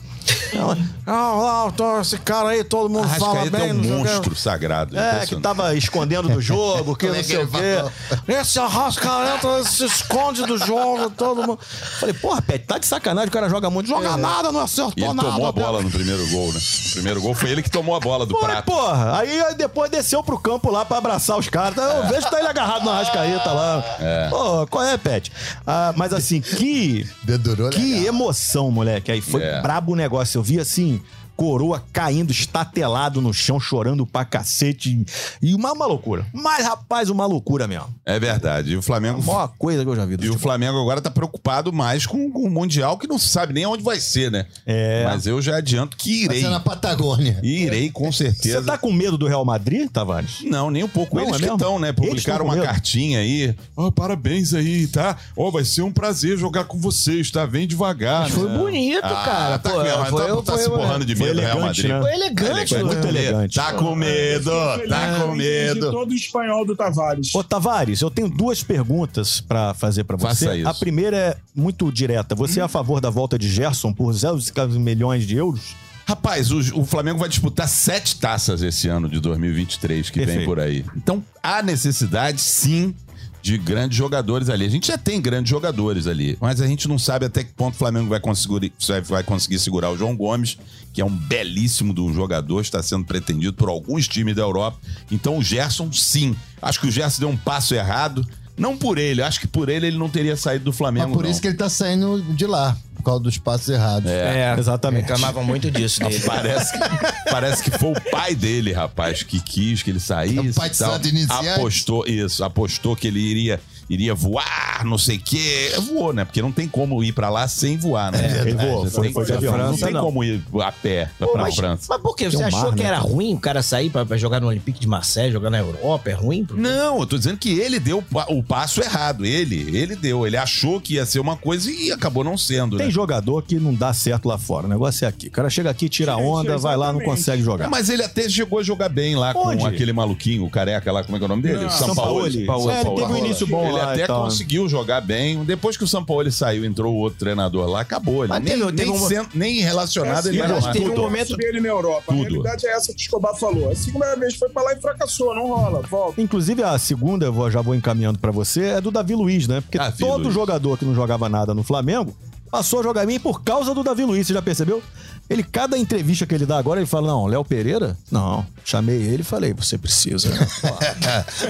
Speaker 2: Não, lá, tô- esse cara aí, todo mundo
Speaker 4: Arrascaeta é um
Speaker 2: não sei o quê.
Speaker 4: monstro sagrado.
Speaker 2: É, que
Speaker 4: impressionante.
Speaker 2: tava escondendo do jogo, que
Speaker 3: Como é
Speaker 2: não
Speaker 3: que
Speaker 2: sei
Speaker 3: ele
Speaker 2: o quê. Esse Arrascaeta se esconde do jogo, todo mundo. É. Falei, porra, Pet, tá de sacanagem, o cara joga muito. Joga nada, não
Speaker 4: E
Speaker 2: acertou
Speaker 4: ele
Speaker 2: nada.
Speaker 4: tomou a
Speaker 2: até-
Speaker 4: bola no primeiro gol, né? O primeiro gol foi ele que tomou a bola do
Speaker 2: Foi,
Speaker 4: prato.
Speaker 2: porra. Aí aí depois desceu pro campo lá pra abraçar os caras. Eu vejo que tá ele agarrado na Arrascaeta lá. Pô, qual é, Pet? Ah, mas assim, que.
Speaker 3: Dedurou, né?
Speaker 2: Que
Speaker 3: legal.
Speaker 2: emoção, moleque. Aí foi
Speaker 4: É.
Speaker 2: brabo o negócio. Eu vi assim, coroa caindo, estatelado no chão, chorando pra cacete. E uma, uma loucura. Mas, rapaz, uma loucura mesmo.
Speaker 4: É verdade. E o
Speaker 2: A
Speaker 4: Flamengo.
Speaker 2: maior coisa que eu já vi. do
Speaker 4: E o
Speaker 2: futebol.
Speaker 4: Flamengo agora tá preocupado mais com, com o Mundial, que não se sabe nem onde vai ser, né?
Speaker 2: É.
Speaker 4: Mas eu já adianto que
Speaker 3: Vai
Speaker 4: irei.
Speaker 3: ser na Tá Patagônia.
Speaker 4: Irei com
Speaker 2: Você
Speaker 4: certeza.
Speaker 2: tá com medo do Real Madrid, Tavares?
Speaker 4: Não, nem um pouco.
Speaker 2: Não,
Speaker 4: Eles
Speaker 2: é
Speaker 4: que
Speaker 2: mesmo?
Speaker 4: estão, né?
Speaker 2: Eles tão com
Speaker 4: Publicaram uma
Speaker 2: medo.
Speaker 4: cartinha aí. Ó, parabéns aí, tá? Ó, vai ser um prazer jogar com vocês, tá? Vem devagar.
Speaker 5: Mas foi
Speaker 4: né?
Speaker 5: bonito, cara.
Speaker 4: Tá,
Speaker 5: Pô,
Speaker 4: com-
Speaker 5: foi,
Speaker 4: tá, tá
Speaker 5: foi- né?
Speaker 4: se borrando de
Speaker 2: foi
Speaker 4: medo, do Real
Speaker 2: elegante,
Speaker 4: Madrid.
Speaker 2: né?
Speaker 5: foi elegante,
Speaker 4: Elegante,
Speaker 5: mano.
Speaker 2: muito elegante.
Speaker 4: Tá com medo, tá com medo.
Speaker 6: todo o espanhol do Tavares. É
Speaker 2: Ô, Tavares, eu tenho duas perguntas pra fazer pra você.
Speaker 4: Faça isso.
Speaker 2: A primeira é muito direta. Você é a favor da volta de Gerson por 0 milhões de euros?
Speaker 4: Rapaz, o, o Flamengo vai disputar sete taças esse ano de 2023 que vem
Speaker 2: Perfeito.
Speaker 4: por aí. Então há necessidade, sim, de grandes jogadores ali. A gente já tem grandes jogadores ali, mas a gente não sabe até que ponto o Flamengo vai conseguir, vai conseguir segurar o João Gomes, que é um belíssimo de um jogador, está sendo pretendido por alguns times da Europa. Então o Gerson, sim. Acho que o Gerson deu um passo errado. Não por ele, acho que por ele ele não teria saído do Flamengo.
Speaker 3: Mas por
Speaker 4: não.
Speaker 3: isso que ele tá saindo de lá, por causa dos passos errados.
Speaker 5: É,
Speaker 2: Exatamente.
Speaker 5: Reclamavam muito disso né? dele.
Speaker 4: Parece que, [LAUGHS] parece que foi o pai dele, rapaz, que quis que ele saísse.
Speaker 3: É o pai
Speaker 4: e
Speaker 3: de
Speaker 4: tal.
Speaker 3: santo iniciante.
Speaker 4: Apostou, isso, apostou que ele iria, iria voar, não sei o quê. Voou, né? Porque não tem como ir pra lá sem voar, né?
Speaker 2: ele voou,
Speaker 4: Não
Speaker 2: foi-
Speaker 4: tem-
Speaker 2: foi de avião.
Speaker 4: Não
Speaker 2: França,
Speaker 4: tem
Speaker 2: não.
Speaker 4: como ir a pé pra, pra
Speaker 5: mas,
Speaker 4: França.
Speaker 5: mas por quê? Você
Speaker 2: Tem um
Speaker 5: achou
Speaker 2: mar,
Speaker 5: que
Speaker 2: né?
Speaker 5: era ruim o cara sair pra, pra jogar no Olympique de Marseille, jogar na Europa? É ruim? pro-
Speaker 4: Não, eu tô dizendo que ele deu pa- o passo errado. Ele, ele deu. Ele achou que ia ser uma coisa e acabou não sendo, né?
Speaker 2: Tem jogador que não dá certo lá fora. O negócio é aqui. O cara chega aqui, tira a
Speaker 6: Gente,
Speaker 2: onda, vai lá, não
Speaker 6: exatamente.
Speaker 2: consegue jogar.
Speaker 4: É, Mas ele até chegou a jogar bem lá
Speaker 2: Onde?
Speaker 4: com aquele maluquinho, o careca lá, como é que é o nome dele?
Speaker 6: Não.
Speaker 4: Sampaoli.
Speaker 2: Sampaoli. É, ele teve um início bom
Speaker 4: Ele
Speaker 2: lá
Speaker 4: até
Speaker 2: e tal.
Speaker 4: conseguiu jogar bem. Depois que o Sampaoli saiu, entrou o outro treinador lá, acabou. Ele
Speaker 5: Mas
Speaker 4: nem,
Speaker 5: teve- teve
Speaker 4: nem
Speaker 5: um-
Speaker 4: sendo- nem relacionado ele
Speaker 6: a
Speaker 4: era
Speaker 6: gente
Speaker 4: mais.
Speaker 5: teve um
Speaker 6: tudo.
Speaker 5: momento-
Speaker 6: dele na Europa.
Speaker 4: Tudo.
Speaker 6: A realidade é essa que o Escobar falou. A segunda vez foi pra lá e fracassou. Não rola. Volta.
Speaker 2: Inclusive, a segunda, eu vou- já vou encaminhando pra você, é do Davi Luiz, né? Porque
Speaker 4: Ah, Davi
Speaker 2: todo
Speaker 4: Luiz.
Speaker 2: jogador que não jogava nada no Flamengo passou a jogar bem por causa do Davi Luiz, você já percebeu? Ele, cada entrevista que ele dá agora, ele fala: Não, Léo Pereira? Não. Chamei ele e falei: Você precisa. né?"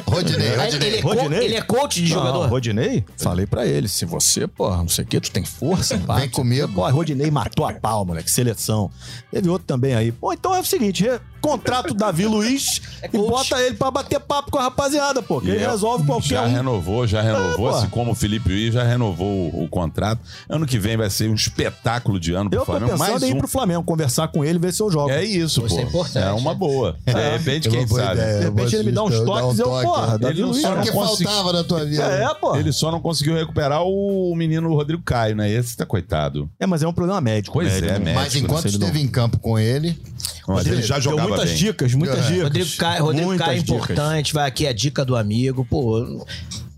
Speaker 3: Rodinei,
Speaker 5: Aí
Speaker 3: Rodinei.
Speaker 5: Ele, é co-
Speaker 2: Rodinei?
Speaker 5: ele é coach de
Speaker 2: Não,
Speaker 5: jogador.
Speaker 2: Rodinei? Falei pra ele: Se você, porra, não sei o quê, tu tem
Speaker 5: [LAUGHS]
Speaker 2: força, pá.
Speaker 3: Vem comigo.
Speaker 2: Pô, Rodinei matou a pau, moleque. Seleção. Teve outro também aí. Pô, então é o seguinte: re- contrata o Davi
Speaker 5: [LAUGHS]
Speaker 2: Luiz e
Speaker 5: É coach.
Speaker 2: bota ele pra bater papo com a rapaziada, pô. Que
Speaker 4: E
Speaker 2: ele
Speaker 4: é-
Speaker 2: resolve qualquer
Speaker 4: já
Speaker 2: um.
Speaker 4: renovou, já renovou.
Speaker 2: É, pô.
Speaker 4: assim como o Felipe Luiz já renovou o, o contrato. Ano que vem vai ser um espetáculo de ano pro
Speaker 2: Eu tô
Speaker 4: Flamengo. Mais
Speaker 2: pensando em ir
Speaker 4: um.
Speaker 2: pro Flamengo, conversar com ele, ver se eu jogo.
Speaker 4: É isso,
Speaker 5: Isso
Speaker 4: pô.
Speaker 5: é importante,
Speaker 4: É uma
Speaker 5: né?
Speaker 4: boa. De repente, quem sabe.
Speaker 5: é
Speaker 2: De repente ele me dá uns
Speaker 5: um
Speaker 2: toques e eu, porra, Davi
Speaker 4: Ele não
Speaker 2: Luiz.
Speaker 4: só
Speaker 3: O que
Speaker 2: né?
Speaker 4: não consegui-
Speaker 3: faltava na tua vida?
Speaker 5: né?
Speaker 2: É, pô.
Speaker 4: Ele só não conseguiu recuperar o menino Rodrigo Caio, né? Esse tá coitado.
Speaker 2: É, mas é um problema médico.
Speaker 4: Pois
Speaker 2: médico,
Speaker 4: é,
Speaker 2: né?
Speaker 4: médico.
Speaker 3: Mas
Speaker 4: Médico,
Speaker 3: enquanto
Speaker 2: não sei de
Speaker 3: esteve em campo com ele,
Speaker 4: Mas ele já
Speaker 2: Deu
Speaker 4: jogava
Speaker 2: muitas
Speaker 4: bem.
Speaker 2: dicas, muitas
Speaker 3: É.
Speaker 2: dicas.
Speaker 5: Rodrigo Caio, Rodrigo
Speaker 2: Muitas
Speaker 5: Caio é
Speaker 2: dicas.
Speaker 5: importante, vai aqui a dica do amigo, pô.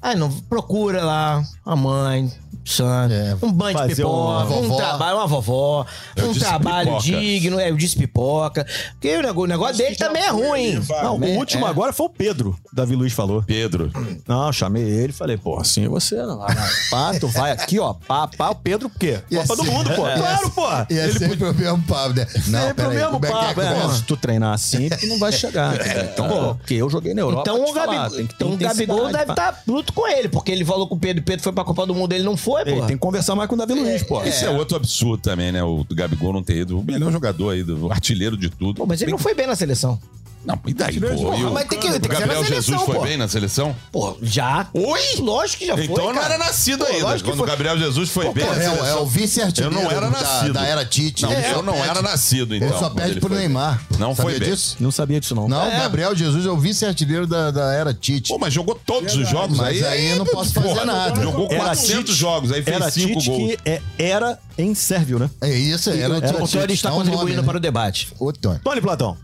Speaker 5: Ah, não, procura lá a mãe, Sandra,
Speaker 3: É,
Speaker 5: um banho de
Speaker 2: fazer uma
Speaker 5: pipoca, um
Speaker 3: vovó.
Speaker 5: trabalho, uma vovó,
Speaker 4: Eu
Speaker 5: um
Speaker 4: disse
Speaker 5: trabalho
Speaker 4: pipoca.
Speaker 5: digno, é, eu disse pipoca. Porque o negócio, o negócio
Speaker 6: Acho
Speaker 5: dele
Speaker 6: que já
Speaker 5: também é
Speaker 6: foi,
Speaker 5: ruim.
Speaker 6: ele vai.
Speaker 2: Não,
Speaker 5: né?
Speaker 2: o último
Speaker 5: É.
Speaker 2: agora foi o Pedro, Davi Luiz falou.
Speaker 4: Pedro.
Speaker 2: Não, chamei ele falei, pô, assim você não vai. lá. Pá, tu vai aqui, ó, pá, pá, o Pedro por quê?
Speaker 3: Ia
Speaker 2: Copa do
Speaker 3: ser-
Speaker 2: Mundo, pô.
Speaker 3: ia
Speaker 2: Claro,
Speaker 3: ser-
Speaker 2: pô.
Speaker 3: E é sempre o mesmo papo, né? Não,
Speaker 2: Sempre o
Speaker 3: peraí,
Speaker 2: mesmo
Speaker 3: como é que
Speaker 2: papo.
Speaker 3: é a
Speaker 2: é.
Speaker 3: conversa?
Speaker 2: se tu treinar assim, tu não vai chegar. entendeu? Então, pô, porque eu joguei na Europa.
Speaker 5: Então
Speaker 2: eu te
Speaker 5: o
Speaker 2: falar,
Speaker 5: Gabigol,
Speaker 2: tem que ter
Speaker 5: então, o Gabigol
Speaker 2: intensidade,
Speaker 5: deve
Speaker 2: pá.
Speaker 5: estar tá bruto com ele, porque ele falou com o Pedro, Pedro foi pra Copa do Mundo, ele não foi, Gabigol é,
Speaker 2: Ei,
Speaker 5: porra.
Speaker 2: tem que conversar mais com o Davi Luiz, pô.
Speaker 4: Isso é outro absurdo também, né? O Gabigol não ter ido. O melhor jogador aí, do o artilheiro de tudo.
Speaker 5: Pô, mas ele não foi bem na seleção.
Speaker 4: Não, e daí, pô? E o-
Speaker 5: mas tem que, tem
Speaker 4: o
Speaker 5: que ser na
Speaker 4: Gabriel Jesus
Speaker 5: seleção,
Speaker 4: foi
Speaker 5: pô.
Speaker 4: bem na seleção?
Speaker 5: Pô, já.
Speaker 4: Oi?
Speaker 5: Lógico que já foi,
Speaker 4: Então eu não
Speaker 5: cara.
Speaker 4: era nascido
Speaker 5: Pô,
Speaker 4: ainda.
Speaker 5: lógico que
Speaker 4: Quando o
Speaker 5: foi.
Speaker 4: Gabriel Jesus foi bem
Speaker 3: Pô,
Speaker 4: na
Speaker 3: é, o-
Speaker 4: seleção.
Speaker 3: é o vice-artilheiro
Speaker 4: Eu não era
Speaker 3: da,
Speaker 4: nascido.
Speaker 3: da era Tite.
Speaker 4: Não,
Speaker 3: Ele
Speaker 4: eu
Speaker 3: só
Speaker 4: não
Speaker 3: perde-
Speaker 4: era nascido, então.
Speaker 3: Ele só
Speaker 4: quando
Speaker 3: perde pro
Speaker 4: foi bem.
Speaker 3: Neymar.
Speaker 4: Não foi
Speaker 3: Sabia
Speaker 4: bem.
Speaker 3: disso?
Speaker 2: Não sabia disso, não.
Speaker 3: Não,
Speaker 5: É.
Speaker 3: Gabriel Jesus é o vice-artilheiro da, da era Tite.
Speaker 4: Pô, mas jogou todos os jogos
Speaker 3: Mas
Speaker 4: aí.
Speaker 3: aí eu não posso fazer nada.
Speaker 4: Jogou
Speaker 2: Era
Speaker 4: 400
Speaker 2: Tite-
Speaker 4: jogos, aí
Speaker 2: Era
Speaker 4: fez 5
Speaker 2: Tite
Speaker 4: gols.
Speaker 2: que é- era em sérvio, né?
Speaker 3: É um né? isso, era,
Speaker 5: O
Speaker 3: era
Speaker 5: Tio Tony Então está contribuindo para o debate.
Speaker 3: o... Ô, Tony.
Speaker 2: Tony Platão.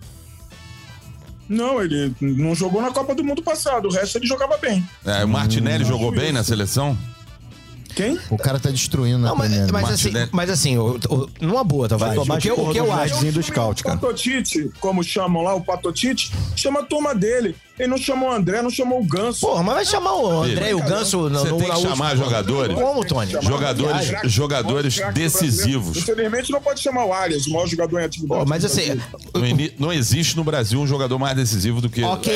Speaker 6: Não, ele não jogou na Copa do Mundo passado. O resto ele jogava bem.
Speaker 4: É, o Martinelli jogou bem na seleção?
Speaker 6: Quem?
Speaker 3: O cara tá destruindo na
Speaker 5: Não, mas,
Speaker 3: Premier
Speaker 5: mas
Speaker 3: League.
Speaker 5: assim,
Speaker 4: Martinelli.
Speaker 5: mas assim, o- o- numa boa, talvez.
Speaker 2: Tomar
Speaker 5: O que, eu- o que eu acho?
Speaker 2: do scout, cara.
Speaker 6: Patotite, como chamam lá, o Patotite, chama a turma dele. Ele não chamou o André, não chamou o Ganso.
Speaker 5: Porra, mas vai chamar o André e o Ganso no,
Speaker 4: Você
Speaker 5: no,
Speaker 4: tem
Speaker 5: na
Speaker 4: que
Speaker 5: última-
Speaker 4: chamar jogadores.
Speaker 5: Como, Tony?
Speaker 4: Jogadores,
Speaker 6: Craque,
Speaker 4: jogadores
Speaker 6: craque do brasileiro.
Speaker 4: decisivos.
Speaker 6: Infelizmente não pode chamar o Arias, o maior jogador em atividade.
Speaker 5: Pô, mas
Speaker 6: do
Speaker 5: assim,
Speaker 6: Brasil.
Speaker 4: No ini- Não existe no Brasil um jogador mais decisivo do que.
Speaker 5: Ok.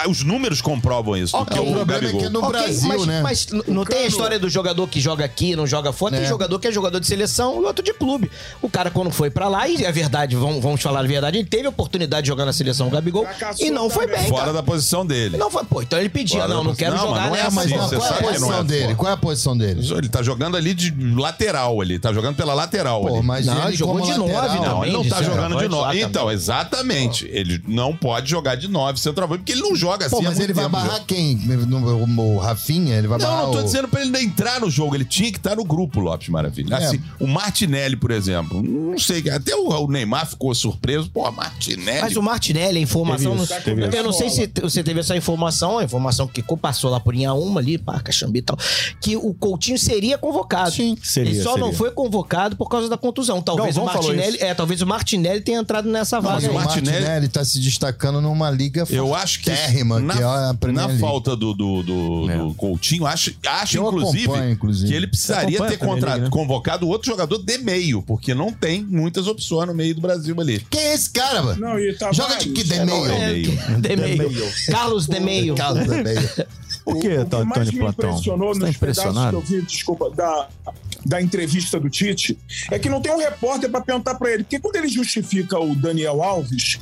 Speaker 4: É, é, os números comprovam isso. do
Speaker 5: Ok.
Speaker 4: que
Speaker 5: O
Speaker 4: o
Speaker 3: problema é
Speaker 4: Gabigol.
Speaker 3: que no
Speaker 5: Ok,
Speaker 3: Brasil,
Speaker 5: mas,
Speaker 3: né?
Speaker 5: Mas n- não tem a história do jogador que joga aqui, não joga fora.
Speaker 3: É.
Speaker 5: Tem jogador que é jogador de seleção e outro de clube. O cara, quando foi pra lá, e é verdade, vamos, vamos falar a verdade, ele teve a oportunidade de jogar na seleção o Gabigol
Speaker 6: Fracassou
Speaker 5: e não foi
Speaker 6: também.
Speaker 5: bem.
Speaker 4: Fora
Speaker 5: cara.
Speaker 4: da posição dele.
Speaker 5: Não foi, pô, então ele pedia,
Speaker 4: Fora
Speaker 5: não,
Speaker 4: da-
Speaker 5: não quero
Speaker 4: Não, mas
Speaker 5: jogar
Speaker 4: não é
Speaker 5: nessa.
Speaker 4: assim,
Speaker 3: Mas
Speaker 5: pô.
Speaker 3: não,
Speaker 4: você
Speaker 3: qual é a
Speaker 4: sabe que não é,
Speaker 3: posição dele?
Speaker 4: pô.
Speaker 3: Qual é a posição dele?
Speaker 4: Ele tá jogando ali de lateral ali. Tá jogando pela lateral
Speaker 3: Pô,
Speaker 4: ali.
Speaker 3: mas
Speaker 5: Não,
Speaker 3: ele
Speaker 5: jogou
Speaker 3: como
Speaker 5: de nove,
Speaker 3: lateral-
Speaker 5: não.
Speaker 4: Não, ele não
Speaker 5: de
Speaker 4: tá jogando de
Speaker 5: centroavante lá
Speaker 4: nove.
Speaker 5: também.
Speaker 4: Então, exatamente. Ele não pode jogar de nove centroavante, porque ele não joga assim.
Speaker 3: Pô,
Speaker 4: há
Speaker 3: mas
Speaker 4: muito
Speaker 3: ele vai
Speaker 4: tempo,
Speaker 3: barrar quem? O, o Rafinha? Ele vai barrar
Speaker 4: Não, não tô
Speaker 3: o-
Speaker 4: dizendo pra ele não entrar no jogo. Ele tinha que estar no grupo, Lopes
Speaker 3: É.
Speaker 4: Maravilha. Assim, O Martinelli, por exemplo, não sei. Até o, o Neymar ficou surpreso. Pô, Martinelli.
Speaker 5: Mas o Martinelli, a informação.
Speaker 2: Teve
Speaker 5: não- tá
Speaker 2: isso, teve
Speaker 5: eu não sei se te- você teve essa informação, a informação que passou lá por Inhaúma ali, pá, Caxambi e tal, que o Coutinho seria convocado. Sim,
Speaker 2: seria,
Speaker 5: Ele só não
Speaker 2: seria.
Speaker 5: foi convocado por causa da contusão. Talvez
Speaker 2: Galvão
Speaker 5: o
Speaker 2: falou
Speaker 5: Martinelli. É, talvez o Martinelli tenha entrado nessa
Speaker 3: Não, mas
Speaker 5: vaga.
Speaker 3: o
Speaker 5: aí.
Speaker 3: Martinelli...
Speaker 4: Martinelli
Speaker 3: tá se destacando numa liga
Speaker 4: Eu acho que
Speaker 3: térrima,
Speaker 4: na,
Speaker 3: que é a Premier
Speaker 4: na
Speaker 3: League.
Speaker 4: falta do, do, do- do Coutinho, acho, acho
Speaker 3: Eu acompanho,
Speaker 4: inclusive,
Speaker 3: inclusive.
Speaker 4: que ele precisaria
Speaker 2: Acompanha
Speaker 4: ter
Speaker 2: a Premier
Speaker 4: contra-
Speaker 2: League, né?
Speaker 4: convocado outro jogador de meio, porque não tem muitas opções no meio do Brasil ali.
Speaker 3: Quem é esse cara, mano?
Speaker 6: Não, e tá
Speaker 3: Joga de que
Speaker 6: vários.
Speaker 3: demeio?
Speaker 4: É,
Speaker 5: [LAUGHS] Demeio. Carlos Demeio.
Speaker 3: Carlos Demeio.
Speaker 2: Por que,
Speaker 6: O que mais
Speaker 2: Tony
Speaker 6: me
Speaker 2: Platão?
Speaker 6: impressionou
Speaker 2: Você tá
Speaker 6: nos pedaços que
Speaker 2: impressionado?
Speaker 6: eu vi, desculpa, da, da entrevista do Tite, é que não tem um repórter pra perguntar pra ele. Porque quando ele justifica o Daniel Alves,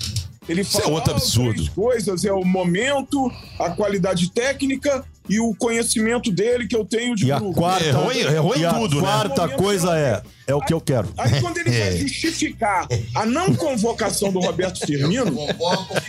Speaker 6: ele
Speaker 4: Isso é
Speaker 6: fala
Speaker 4: outro
Speaker 6: "Ah,
Speaker 4: absurdo."
Speaker 6: três coisas, é o momento, a qualidade técnica e o conhecimento dele que eu tenho de
Speaker 2: E a
Speaker 6: grupo.
Speaker 2: quarta,
Speaker 4: Errou em- errou em
Speaker 2: e a
Speaker 4: tudo, né?
Speaker 2: quarta coisa é, é o que eu quero.
Speaker 6: Aí
Speaker 2: [LAUGHS]
Speaker 6: quando ele
Speaker 2: É.
Speaker 6: vai justificar a não convocação do Roberto Firmino,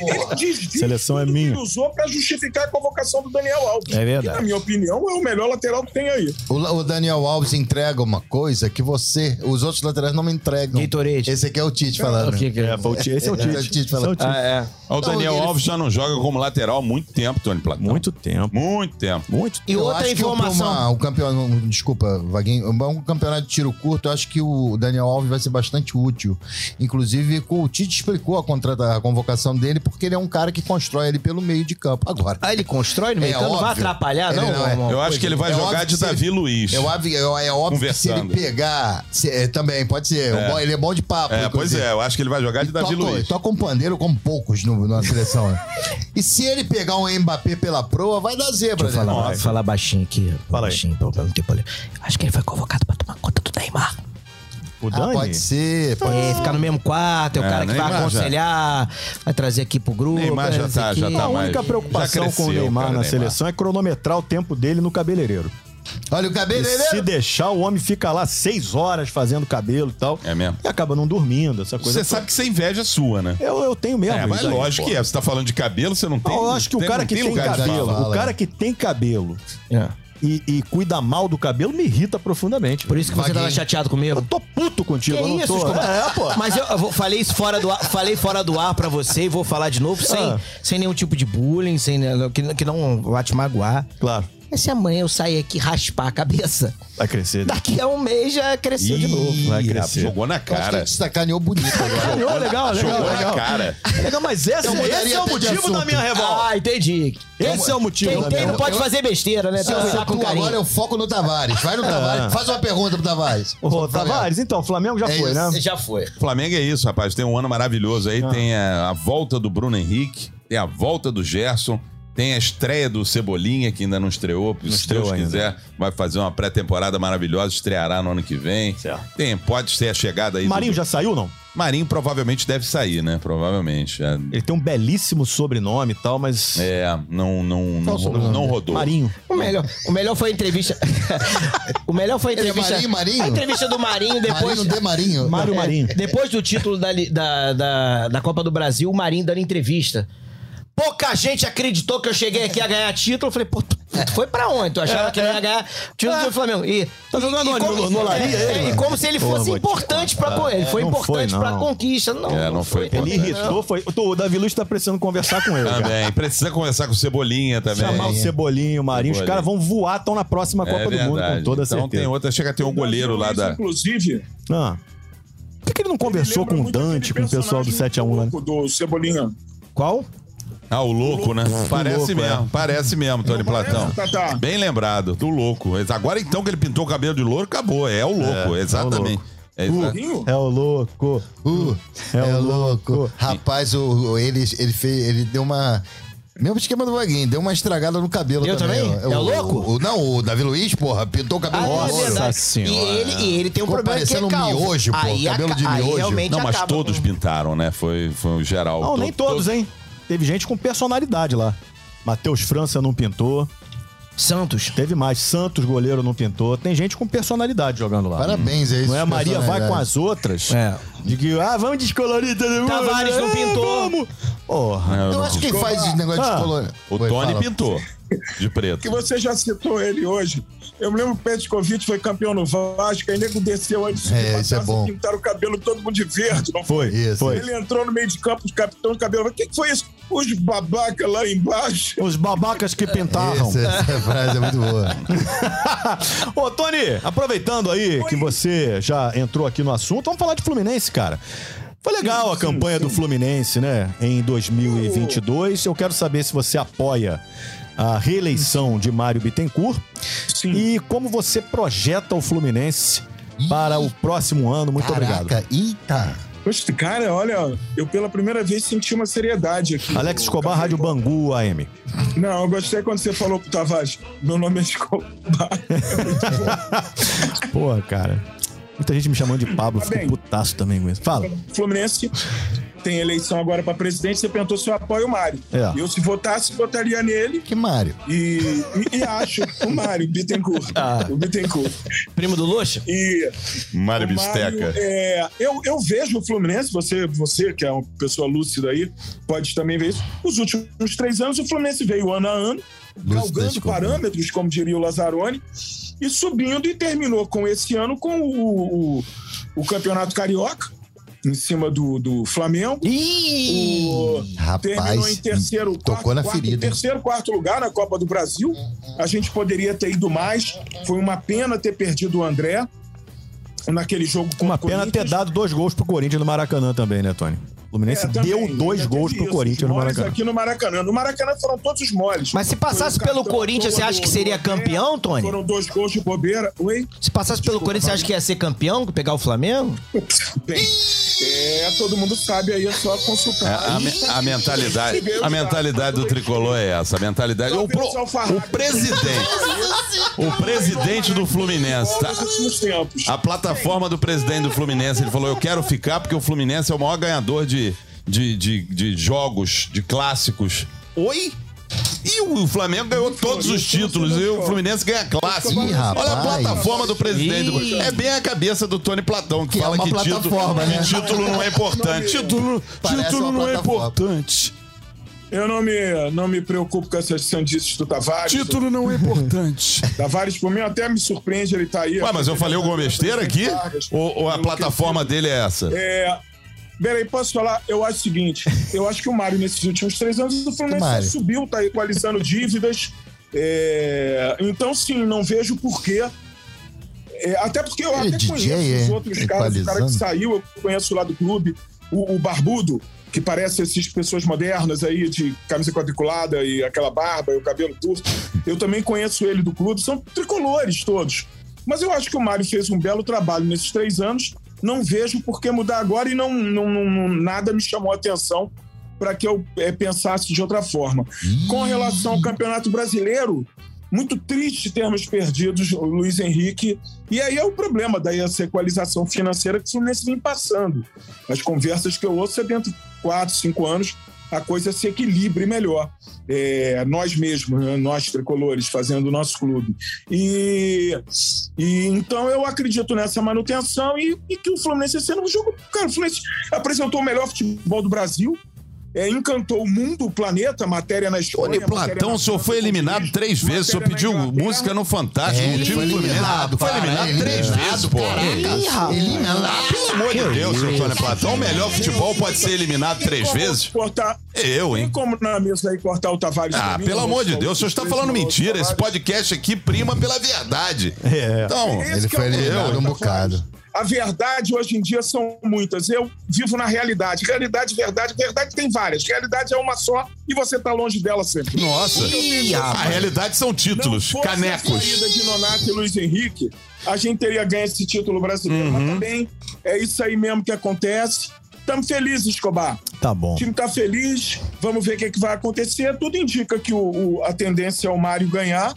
Speaker 6: ele desdiz
Speaker 2: Seleção é
Speaker 6: tudo que
Speaker 2: minha.
Speaker 6: ele usou pra justificar a convocação do Daniel Alves.
Speaker 5: É
Speaker 6: Que, na
Speaker 5: verdade.
Speaker 6: minha opinião, é o melhor lateral que tem aí.
Speaker 3: O, o Daniel Alves entrega uma coisa que você, os outros laterais não me entregam.
Speaker 5: Gatorade.
Speaker 3: Esse aqui é o Tite falando.
Speaker 5: O que que é?
Speaker 2: É, foi o Tite- esse é o
Speaker 3: Esse é o
Speaker 2: Tite.
Speaker 3: Tite
Speaker 2: Esse é o
Speaker 3: falando.
Speaker 2: Tite.
Speaker 4: O Daniel
Speaker 3: ele-
Speaker 4: Alves já não joga como lateral há muito tempo, Tony Platão.
Speaker 2: Muito tempo.
Speaker 4: Muito tempo.
Speaker 2: Muito
Speaker 5: E
Speaker 3: Eu
Speaker 5: outra
Speaker 3: acho que o-
Speaker 5: informação.
Speaker 3: uma- o campeão, desculpa, Vaguinho, um campeonato de tiro curto, eu acho que o Daniel Alves vai ser bastante útil. Inclusive, o Tite explicou a, contrata, a convocação dele, porque ele é um cara que constrói ele pelo meio de campo. Agora,
Speaker 5: Ah, ele constrói no meio
Speaker 3: É
Speaker 5: campo? Vai
Speaker 3: óbvio.
Speaker 5: atrapalhar?
Speaker 3: Ele
Speaker 5: Não,
Speaker 3: não é.
Speaker 5: irmão.
Speaker 4: Eu acho que ele vai
Speaker 3: É
Speaker 4: jogar
Speaker 3: óbvio
Speaker 4: de
Speaker 3: que se
Speaker 4: Davi Luiz.
Speaker 3: é óbvio, é, é óbvio que se ele
Speaker 4: Conversando.
Speaker 3: pegar, se- é, também, pode ser, Bom, ele é bom de papo.
Speaker 4: É, pois
Speaker 3: inclusive.
Speaker 4: é, eu acho que ele vai jogar de Davi
Speaker 3: toca,
Speaker 4: Luiz.
Speaker 3: toca um pandeiro como poucos no- na seleção. né? e se ele pegar um Mbappé pela proa, vai dar zebra,
Speaker 5: Deixa eu
Speaker 3: né?
Speaker 5: falar, vou falar baixinho aqui.
Speaker 2: Fala aí.
Speaker 5: baixinho, pra, pra não ter polêmica. Acho que ele foi convocado pra tomar conta do Neymar.
Speaker 2: O
Speaker 3: Ah,
Speaker 2: Dani?
Speaker 3: pode ser,
Speaker 2: Ah.
Speaker 3: pode
Speaker 5: É, ficar no mesmo quarto, é o
Speaker 4: É,
Speaker 5: cara que vai
Speaker 4: Neymar já-
Speaker 5: aconselhar, vai trazer aqui pro grupo.
Speaker 4: Neymar já
Speaker 5: vai trazer
Speaker 4: tá- já
Speaker 5: aqui.
Speaker 4: tá
Speaker 2: A
Speaker 4: mais-
Speaker 2: única preocupação
Speaker 4: já cresceu,
Speaker 2: com o Neymar
Speaker 4: cara,
Speaker 2: na
Speaker 4: Neymar.
Speaker 2: seleção é cronometrar o tempo dele no cabeleireiro.
Speaker 3: Olha o
Speaker 2: E
Speaker 3: cabelo
Speaker 2: se
Speaker 3: dele.
Speaker 2: deixar, o homem fica lá seis horas fazendo cabelo e tal.
Speaker 4: É mesmo?
Speaker 2: E acaba não dormindo, essa coisa.
Speaker 4: Você sabe que isso é inveja sua, né?
Speaker 2: Eu, eu tenho mesmo.
Speaker 4: É, mas
Speaker 2: isso aí,
Speaker 4: lógico
Speaker 2: pô.
Speaker 4: que é. Você tá falando de cabelo, você não tem.
Speaker 2: Não, eu acho que o cara
Speaker 4: não
Speaker 2: que tem,
Speaker 4: lugar de
Speaker 2: cabelo,
Speaker 4: fala.
Speaker 3: fala,
Speaker 2: o cara
Speaker 3: né?
Speaker 2: que tem cabelo
Speaker 5: É.
Speaker 2: e, e cuida mal do cabelo me irrita profundamente.
Speaker 5: Por isso que você
Speaker 3: Vaguinho.
Speaker 5: tava chateado
Speaker 2: Eu
Speaker 5: comigo.
Speaker 2: tô puto contigo,
Speaker 5: Que
Speaker 2: eu não
Speaker 5: isso,
Speaker 2: tô.
Speaker 5: Escobar?
Speaker 2: É, pô.
Speaker 5: Mas eu, eu vou- falei isso fora do ar, falei fora do ar pra você e vou falar de novo sem,
Speaker 2: Ah.
Speaker 5: sem nenhum tipo de bullying, sem né, que, que não vá te magoar.
Speaker 2: Claro,
Speaker 5: Mas se amanhã eu sair aqui e raspar a cabeça,
Speaker 2: vai crescer.
Speaker 5: daqui a um mês já cresceu de novo.
Speaker 2: vai
Speaker 4: Ih,
Speaker 2: crescer.
Speaker 4: Jogou na
Speaker 3: Eu Acho que
Speaker 4: cara.
Speaker 3: ele te sacaneou tá bonito
Speaker 2: Legal,
Speaker 3: agora.
Speaker 2: legal, legal.
Speaker 4: Jogou
Speaker 2: legal.
Speaker 4: na cara.
Speaker 2: É Legal, mas esse,
Speaker 3: Eu mudaria
Speaker 2: esse é o
Speaker 3: até de
Speaker 2: motivo
Speaker 3: assunto.
Speaker 2: da minha revolta.
Speaker 5: Ah, entendi.
Speaker 2: esse é o motivo
Speaker 5: Quem
Speaker 2: da
Speaker 5: tem
Speaker 2: minha
Speaker 5: não
Speaker 2: revolta.
Speaker 5: pode fazer besteira, né?
Speaker 3: Se
Speaker 5: Tem que
Speaker 3: eu
Speaker 5: olhar com
Speaker 3: saco
Speaker 5: carinho. Ah.
Speaker 3: agora, é eu foco no Tavares. Vai no Tavares. Faz uma pergunta pro Tavares.
Speaker 2: Ô, Tavares, então, Flamengo já
Speaker 3: É
Speaker 2: foi,
Speaker 3: isso.
Speaker 2: né?
Speaker 5: Já foi.
Speaker 4: O Flamengo é isso,
Speaker 2: Ah.
Speaker 4: rapaz. Tem um ano maravilhoso aí. Tem a, a volta do Bruno Henrique, tem a volta do Gerson. Tem a estreia do Cebolinha, que ainda não estreou. se
Speaker 2: estreou
Speaker 4: Deus
Speaker 2: ainda.
Speaker 4: quiser, vai fazer uma pré-temporada maravilhosa, estreará no ano que vem.
Speaker 2: Certo.
Speaker 4: Tem, pode ser a chegada aí. do-
Speaker 2: Marinho já saiu, não?
Speaker 4: Marinho provavelmente deve sair, né? Provavelmente. É,
Speaker 2: Ele tem um belíssimo sobrenome e tal, mas.
Speaker 4: é, não, não, não,
Speaker 3: Qual o sobrenome
Speaker 4: não
Speaker 3: dele?
Speaker 4: rodou.
Speaker 2: Marinho.
Speaker 5: O melhor, o melhor foi a entrevista. o melhor foi a
Speaker 3: Ele é
Speaker 5: entrevista.
Speaker 3: Marinho, Marinho?
Speaker 5: A entrevista do Marinho depois.
Speaker 3: Marinho de Marinho.
Speaker 2: Mário Marinho.
Speaker 5: Depois do título da, li- da, da, da Copa do Brasil, o Marinho dando entrevista. Pouca gente acreditou que eu cheguei aqui a ganhar título. Eu falei, pô, tu, tu foi pra onde? Tu achava que não ia ganhar título do Flamengo. E,
Speaker 2: Tá jogando
Speaker 5: e,
Speaker 2: aonde? No- no Olaria,
Speaker 5: é,
Speaker 2: ele?
Speaker 5: e como se ele
Speaker 2: Porra,
Speaker 5: fosse
Speaker 2: vou te
Speaker 5: importante pra. co- Ele foi
Speaker 2: não
Speaker 5: importante
Speaker 2: foi,
Speaker 5: pra
Speaker 2: não.
Speaker 5: conquista. Não,
Speaker 4: É, não foi
Speaker 2: Ele
Speaker 4: importante. Ah,
Speaker 2: irritou, foi. Tô, o Davi Luiz tá precisando conversar com ele. Cara.
Speaker 4: Também. Precisa conversar com o Cebolinha também.
Speaker 2: Chamar o Cebolinha, o Marinho. Os
Speaker 4: Cebolinha.
Speaker 2: caras vão voar, estão na próxima
Speaker 4: É
Speaker 2: Copa do Mundo,
Speaker 4: verdade.
Speaker 2: com toda
Speaker 4: então
Speaker 2: certeza.
Speaker 4: tem outra. Chega a ter um goleiro lá
Speaker 6: Isso,
Speaker 4: da.
Speaker 6: Inclusive,
Speaker 2: Ah. Por que, que ele não conversou
Speaker 6: lembra
Speaker 2: com o
Speaker 6: muito
Speaker 2: Dante, com
Speaker 6: aquele
Speaker 2: o pessoal do
Speaker 6: personagem
Speaker 2: 7x1 lá? né?
Speaker 6: louco Do Cebolinha.
Speaker 2: Qual?
Speaker 4: Ah, o louco, né? Parece
Speaker 2: louco, é.
Speaker 4: mesmo, parece mesmo, Tony Platão.
Speaker 2: tá
Speaker 6: parece, Tatá?
Speaker 4: Bem lembrado, do louco. Agora então que ele pintou o cabelo de louro, acabou. É o louco,
Speaker 2: É, é o
Speaker 4: exatamente.
Speaker 2: louco.
Speaker 4: É exa-
Speaker 6: Rinho?
Speaker 2: É o louco.
Speaker 3: Uh,
Speaker 2: É
Speaker 3: é,
Speaker 2: o
Speaker 3: louco.
Speaker 2: louco.
Speaker 3: Rapaz, o, o- ele, ele, fez, ele deu uma. Mesmo esquema do Vaguinho, deu uma estragada no cabelo
Speaker 5: Eu
Speaker 3: também.
Speaker 5: também? É o louco?
Speaker 3: o- não, o Davi Luiz, porra, pintou o cabelo
Speaker 5: Ah,
Speaker 3: de
Speaker 5: é
Speaker 3: louro.
Speaker 5: verdade.
Speaker 2: senhora.
Speaker 5: E ele, e ele tem um
Speaker 3: Ficou
Speaker 5: problema que é
Speaker 3: parecendo um
Speaker 5: calvo.
Speaker 3: miojo, pô,
Speaker 5: Aí
Speaker 3: cabelo
Speaker 5: aca-
Speaker 3: de
Speaker 5: aí
Speaker 3: miojo.
Speaker 5: realmente
Speaker 4: Não, mas
Speaker 5: acaba
Speaker 4: todos
Speaker 5: com-
Speaker 4: pintaram, né? Foi, foi um geral.
Speaker 2: Não,
Speaker 4: Todo-
Speaker 2: nem todos, hein? Teve gente com personalidade lá. Matheus França não pintou.
Speaker 5: Santos.
Speaker 2: Teve mais. Santos, goleiro, não pintou. Tem gente com personalidade jogando lá.
Speaker 3: Parabéns aí.
Speaker 2: Não é? A Maria vai com
Speaker 3: personalidade.
Speaker 2: as outras.
Speaker 5: É.
Speaker 2: De que, ah, vamos descolorir todo mundo.
Speaker 5: Tavares não
Speaker 2: Ah,
Speaker 5: pintou.
Speaker 2: Vamos. Porra.
Speaker 4: Não,
Speaker 3: Eu
Speaker 4: não.
Speaker 3: acho que quem faz esse negócio de
Speaker 2: Ah,
Speaker 3: colônia.
Speaker 4: O
Speaker 3: Oi,
Speaker 4: Tony
Speaker 3: fala.
Speaker 4: pintou de
Speaker 6: que
Speaker 4: preto.
Speaker 6: você já citou ele hoje. Eu me lembro que o Petkovic foi campeão no Vasco, aí nego desceu antes
Speaker 3: É, isso é bom.
Speaker 6: pintaram o cabelo todo mundo de verde, não foi?
Speaker 2: Foi,
Speaker 3: Isso.
Speaker 2: foi.
Speaker 6: Ele entrou no meio de campo, os capitão do cabelo. O que, que foi isso? Os babaca lá embaixo.
Speaker 2: Os babacas que pintaram.
Speaker 3: Essa, essa frase é muito boa.
Speaker 2: [LAUGHS] Ô, Tony, aproveitando aí que você já entrou aqui no assunto, vamos falar de Fluminense, cara. Foi legal a campanha do Fluminense, né? Em 2022. Eu quero saber se você apoia a reeleição de Mário Bittencourt
Speaker 6: Sim.
Speaker 2: e como você projeta o Fluminense
Speaker 3: Ih,
Speaker 2: para o próximo ano. Muito obrigado.
Speaker 3: Caraca, eita.
Speaker 6: Poxa, cara, olha, eu pela primeira vez senti uma seriedade aqui.
Speaker 2: Alex
Speaker 6: Ô,
Speaker 2: Escobar, Rádio
Speaker 6: Café Bola.
Speaker 2: Bangu, AM.
Speaker 6: Não, eu gostei quando você falou pro Tavares. Meu nome é Escobar.
Speaker 2: Pô, cara. Muita gente me chamando de Pablo,
Speaker 6: Tá
Speaker 2: fico
Speaker 6: bem.
Speaker 2: putaço também com isso. Fala.
Speaker 6: Fluminense tem eleição agora pra presidente. Você perguntou se eu apoio o Mário.
Speaker 2: É.
Speaker 6: Eu, se votasse, votaria nele.
Speaker 3: Que Mário.
Speaker 6: E, e, e acho o Mário Bittencourt. O Bittencourt.
Speaker 5: Primo do Luxa?
Speaker 6: E
Speaker 4: Mário
Speaker 6: o Mário,
Speaker 4: Bisteca.
Speaker 6: é, eu, eu vejo o Fluminense, você, você que é uma pessoa lúcida aí, pode também ver isso. Os últimos três anos, o Fluminense veio ano a ano,
Speaker 3: Lúcida,
Speaker 6: galgando
Speaker 3: desculpa.
Speaker 6: parâmetros, como diria o Lazzaroni, e subindo e terminou com esse ano com o, o, o Campeonato Carioca, em cima do, do Flamengo. O- Terminou em
Speaker 3: Rapaz.
Speaker 6: terceiro,
Speaker 3: tocou
Speaker 6: quarto,
Speaker 3: na
Speaker 6: quarto,
Speaker 3: ferida, hein?
Speaker 6: terceiro, quarto lugar na Copa do Brasil. A gente poderia ter ido mais. Foi uma pena ter perdido o André naquele jogo com
Speaker 2: Uma
Speaker 6: o
Speaker 2: pena ter
Speaker 6: Corinthians.
Speaker 2: dado dois gols pro Corinthians no Maracanã também, né, Tony? O Fluminense
Speaker 6: É, também,
Speaker 2: deu dois
Speaker 6: ainda
Speaker 2: gols
Speaker 6: teve
Speaker 2: pro
Speaker 6: isso,
Speaker 2: Corinthians no
Speaker 6: os moles
Speaker 2: Maracanã.
Speaker 6: aqui no Maracanã. No Maracanã foram todos os moles.
Speaker 5: Mas se passasse
Speaker 6: Foi o
Speaker 5: pelo
Speaker 6: cartão
Speaker 5: Corinthians,
Speaker 6: à
Speaker 5: você
Speaker 6: toa
Speaker 5: acha
Speaker 6: do-
Speaker 5: que seria
Speaker 6: do
Speaker 5: campeão, Tony?
Speaker 6: Foram dois gols de bobeira. Oi?
Speaker 5: Se passasse pelo Corinthians, você acha que ia ser campeão, pegar o Flamengo?
Speaker 6: Bem, é, todo mundo sabe aí, é só
Speaker 4: É,
Speaker 6: consultar.
Speaker 4: a, me- a mentalidade, a mentalidade do tricolor é essa. A mentalidade. O, pro- o presidente. O presidente do Fluminense.
Speaker 6: Tá.
Speaker 4: Tá,
Speaker 6: Nos últimos tempos.
Speaker 4: A plataforma do presidente do Fluminense, ele falou: Eu quero ficar porque o Fluminense é o maior ganhador de, de, de, de jogos, de clássicos. Oi? E o Flamengo ganhou todos os títulos e o Fluminense ganha clássico.
Speaker 3: Ih, rapaz.
Speaker 4: Olha a plataforma do presidente.
Speaker 5: Ih.
Speaker 4: do- É bem a cabeça do Tony Platão, que,
Speaker 3: Que é
Speaker 4: fala
Speaker 3: uma
Speaker 4: que título,
Speaker 3: plataforma, né?
Speaker 4: que título não é importante. Título,
Speaker 3: Parece
Speaker 4: título
Speaker 3: uma
Speaker 4: não é
Speaker 3: plataforma.
Speaker 4: importante.
Speaker 6: Eu não me, não me preocupo com essas sandices do Tavares.
Speaker 4: Título não é importante.
Speaker 6: [LAUGHS] Tavares, por mim, até me surpreende ele tá aí.
Speaker 4: Ué, mas eu falei alguma besteira aqui? Ou, ou a plataforma dele é essa?
Speaker 6: É. Peraí, posso falar? Eu acho o seguinte: eu acho que o Mário, nesses últimos três anos, o
Speaker 3: Que
Speaker 6: Fluminense
Speaker 3: Mário?
Speaker 6: subiu, tá equalizando [LAUGHS] dívidas. É, então, sim, não vejo porquê. É, até porque eu
Speaker 3: Ele
Speaker 6: até
Speaker 3: é DJ,
Speaker 6: conheço os
Speaker 3: é?
Speaker 6: outros caras, o cara que
Speaker 3: Equalizando.
Speaker 6: saiu, eu conheço lá do clube, o, o Barbudo, que parece essas pessoas modernas aí, de camisa quadriculada e aquela barba e o cabelo curto. Eu também conheço ele do clube, são tricolores todos. Mas eu acho que o Mário fez um belo trabalho nesses três anos. Não vejo por que mudar agora e não, não, não- não- nada me chamou a atenção para que eu eh, pensasse de outra forma. Com relação ao Campeonato Brasileiro, muito triste termos perdido o Luiz Henrique. E aí é o problema daí essa equalização financeira que o Fluminense vem passando. As conversas que eu ouço é dentro de quatro, cinco anos a coisa se equilibre melhor. É, nós mesmos, né, nós tricolores, fazendo o nosso clube. E, e então eu acredito nessa manutenção e, e que o Fluminense sendo um jogo. Cara, o Fluminense apresentou o melhor futebol do Brasil. é, encantou o mundo, o planeta, matéria na
Speaker 4: Tony
Speaker 6: história.
Speaker 4: Platão, o senhor foi eliminado três vezes. O senhor pediu música no Fantástico.
Speaker 3: É,
Speaker 4: o time
Speaker 3: ele foi
Speaker 4: Fluminense
Speaker 3: eliminado,
Speaker 4: foi
Speaker 3: cara,
Speaker 4: eliminado
Speaker 3: é,
Speaker 4: três
Speaker 3: eliminado,
Speaker 4: vezes, pô.
Speaker 5: Ih, rapaz.
Speaker 3: Eliminado.
Speaker 4: Pelo amor de Deus, senhor Tony Platão. O melhor futebol pode ser eliminado três vezes?
Speaker 6: Cortar,
Speaker 4: Eu, hein?
Speaker 6: Tem como na mesa aí cortar o Tavares?
Speaker 4: Ah,
Speaker 6: pra mim,
Speaker 4: pelo
Speaker 6: não,
Speaker 4: amor de
Speaker 6: só
Speaker 4: Deus, o senhor está
Speaker 6: três
Speaker 4: falando
Speaker 6: malucos,
Speaker 4: mentira. Esse
Speaker 6: Tavares.
Speaker 4: podcast aqui prima pela verdade.
Speaker 2: É.
Speaker 4: Então,
Speaker 6: Esse
Speaker 3: Ele
Speaker 6: que é
Speaker 3: foi
Speaker 6: o
Speaker 3: eliminado
Speaker 6: problema,
Speaker 3: um
Speaker 6: Tavares.
Speaker 3: bocado.
Speaker 6: A verdade hoje em dia são muitas. Eu vivo na realidade. Realidade, verdade. Verdade tem várias. Realidade é uma só e você tá longe dela sempre.
Speaker 4: nossa.
Speaker 5: Ih,
Speaker 4: A
Speaker 5: rapaz.
Speaker 4: realidade são títulos,
Speaker 6: fosse A
Speaker 4: canecos.
Speaker 6: saída de Nonato e Luiz Henrique, a gente teria ganho esse título brasileiro. Mas
Speaker 4: Uhum.
Speaker 6: também é isso aí mesmo que acontece. Estamos felizes, Escobar.
Speaker 2: Tá bom.
Speaker 6: O time tá feliz, vamos ver o que, é que vai acontecer. Tudo indica que o, o- a tendência é o Mário ganhar